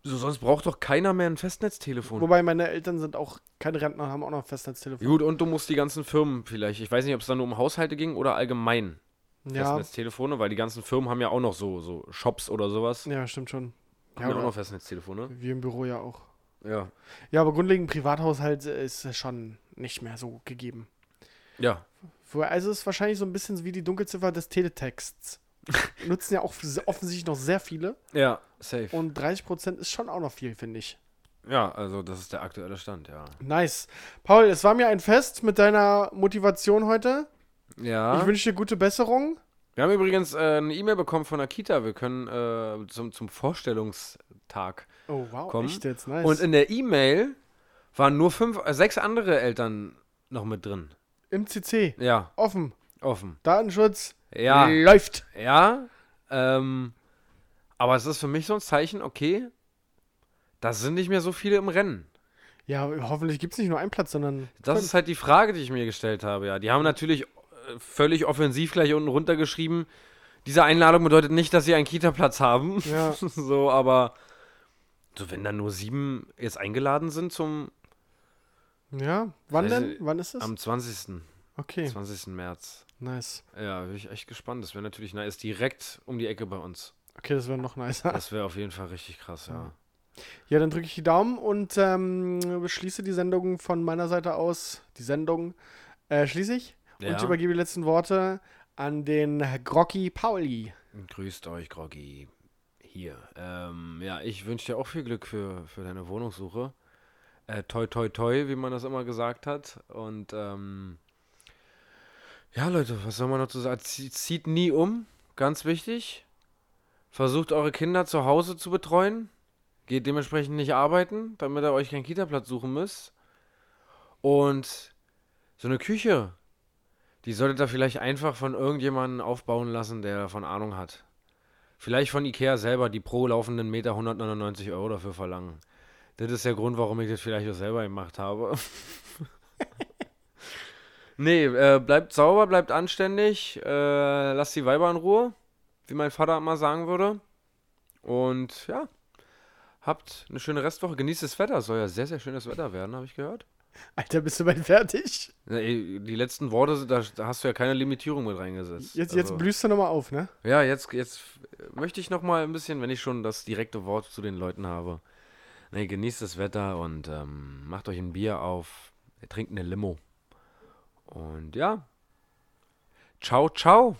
[SPEAKER 1] So, sonst braucht doch keiner mehr ein Festnetztelefon.
[SPEAKER 3] Wobei meine Eltern sind auch keine Rentner, haben auch noch ein
[SPEAKER 1] Ja,
[SPEAKER 3] Festnetztelefon.
[SPEAKER 1] Gut, und du musst die ganzen Firmen vielleicht, ich weiß nicht, ob es dann nur um Haushalte ging oder allgemein
[SPEAKER 3] Ja,
[SPEAKER 1] Festnetztelefone, weil die ganzen Firmen haben ja auch noch so, so Shops oder sowas.
[SPEAKER 3] ja, stimmt schon.
[SPEAKER 1] haben ja auch
[SPEAKER 3] oder-
[SPEAKER 1] noch Festnetztelefone.
[SPEAKER 3] Wie im Büro ja auch.
[SPEAKER 1] Ja.
[SPEAKER 3] Ja, aber grundlegend Privathaushalt ist schon nicht mehr so gegeben.
[SPEAKER 1] Ja.
[SPEAKER 3] Wo- Also es ist wahrscheinlich so ein bisschen wie die Dunkelziffer des Teletexts. Nutzen ja auch s- offensichtlich noch sehr viele.
[SPEAKER 1] Ja, safe.
[SPEAKER 3] Und 30% ist schon auch noch viel, finde ich.
[SPEAKER 1] ja, also das ist der aktuelle Stand, ja.
[SPEAKER 3] Nice. Paul, es war mir ein Fest mit deiner Motivation heute.
[SPEAKER 1] Ja.
[SPEAKER 3] Ich wünsche dir gute Besserung.
[SPEAKER 1] Wir haben übrigens äh, eine E-Mail bekommen von Akita. Wir können äh, zum, zum Vorstellungstag
[SPEAKER 3] Oh, wow.
[SPEAKER 1] kommen.
[SPEAKER 3] Echt jetzt, nice.
[SPEAKER 1] Und in der E-Mail waren nur fünf, äh, sechs andere Eltern noch mit drin.
[SPEAKER 3] Im CC.
[SPEAKER 1] Ja,
[SPEAKER 3] Offen.
[SPEAKER 1] offen.
[SPEAKER 3] Datenschutz.
[SPEAKER 1] Ja,
[SPEAKER 3] Läuft.
[SPEAKER 1] ja. Ähm, aber es ist für mich so ein Zeichen, okay, da sind nicht mehr so viele im Rennen.
[SPEAKER 3] Ja, hoffentlich gibt es nicht nur einen Platz, sondern.
[SPEAKER 1] Das ist halt die Frage, die ich mir gestellt habe, ja. Die haben natürlich äh, völlig offensiv gleich unten runtergeschrieben, diese Einladung bedeutet nicht, dass sie einen Kita-Platz haben.
[SPEAKER 3] Ja.
[SPEAKER 1] so, aber so, wenn da nur sieben jetzt eingeladen sind zum
[SPEAKER 3] Ja. Wann
[SPEAKER 1] Also,
[SPEAKER 3] denn? Wann ist es?
[SPEAKER 1] am 20.
[SPEAKER 3] Okay,
[SPEAKER 1] 20. März.
[SPEAKER 3] nice.
[SPEAKER 1] Ja, bin ich echt gespannt. Das wäre natürlich nice. Direkt um die Ecke bei uns.
[SPEAKER 3] Okay, das wäre noch nicer.
[SPEAKER 1] Das wäre auf jeden Fall richtig krass, ja.
[SPEAKER 3] Ja, dann drücke ich die Daumen und ähm, schließe die Sendung von meiner Seite aus. Die Sendung äh, schließe ich
[SPEAKER 1] Ja.
[SPEAKER 3] und übergebe die letzten Worte an den Grocki Pauli.
[SPEAKER 1] Grüßt euch, Groggy. Hier. Ähm, ja, ich wünsche dir auch viel Glück für, für deine Wohnungssuche. Äh, toi, toi, toi, wie man das immer gesagt hat. Und ähm, ja, Leute, was soll man noch zu sagen? Zie- Zieht nie um, ganz wichtig. Versucht eure Kinder zu Hause zu betreuen. Geht dementsprechend nicht arbeiten, damit ihr euch keinen Kita-Platz suchen müsst. Und so eine Küche, die solltet ihr vielleicht einfach von irgendjemandem aufbauen lassen, der davon Ahnung hat. Vielleicht von Ikea selber, die pro laufenden Meter 199 Euro dafür verlangen. Das ist der Grund, warum ich das vielleicht auch selber gemacht habe. nee, äh, bleibt sauber, bleibt anständig, äh, lasst die Weiber in Ruhe, wie mein Vater immer sagen würde. Und ja, habt eine schöne Restwoche, genießt das Wetter, soll ja sehr, sehr schönes Wetter werden, habe ich gehört.
[SPEAKER 3] Alter, bist du bald fertig?
[SPEAKER 1] Na, eh, Die letzten Worte, da, da hast du ja keine Limitierung mit reingesetzt.
[SPEAKER 3] Jetzt,
[SPEAKER 1] Also-
[SPEAKER 3] jetzt blühst du nochmal auf, ne?
[SPEAKER 1] Ja, jetzt, jetzt äh, möchte ich noch mal ein bisschen, wenn ich schon das direkte Wort zu den Leuten habe. Nee, genießt das Wetter und ähm, macht euch ein Bier auf, trinkt eine Limo. Und ja, ciao, ciao.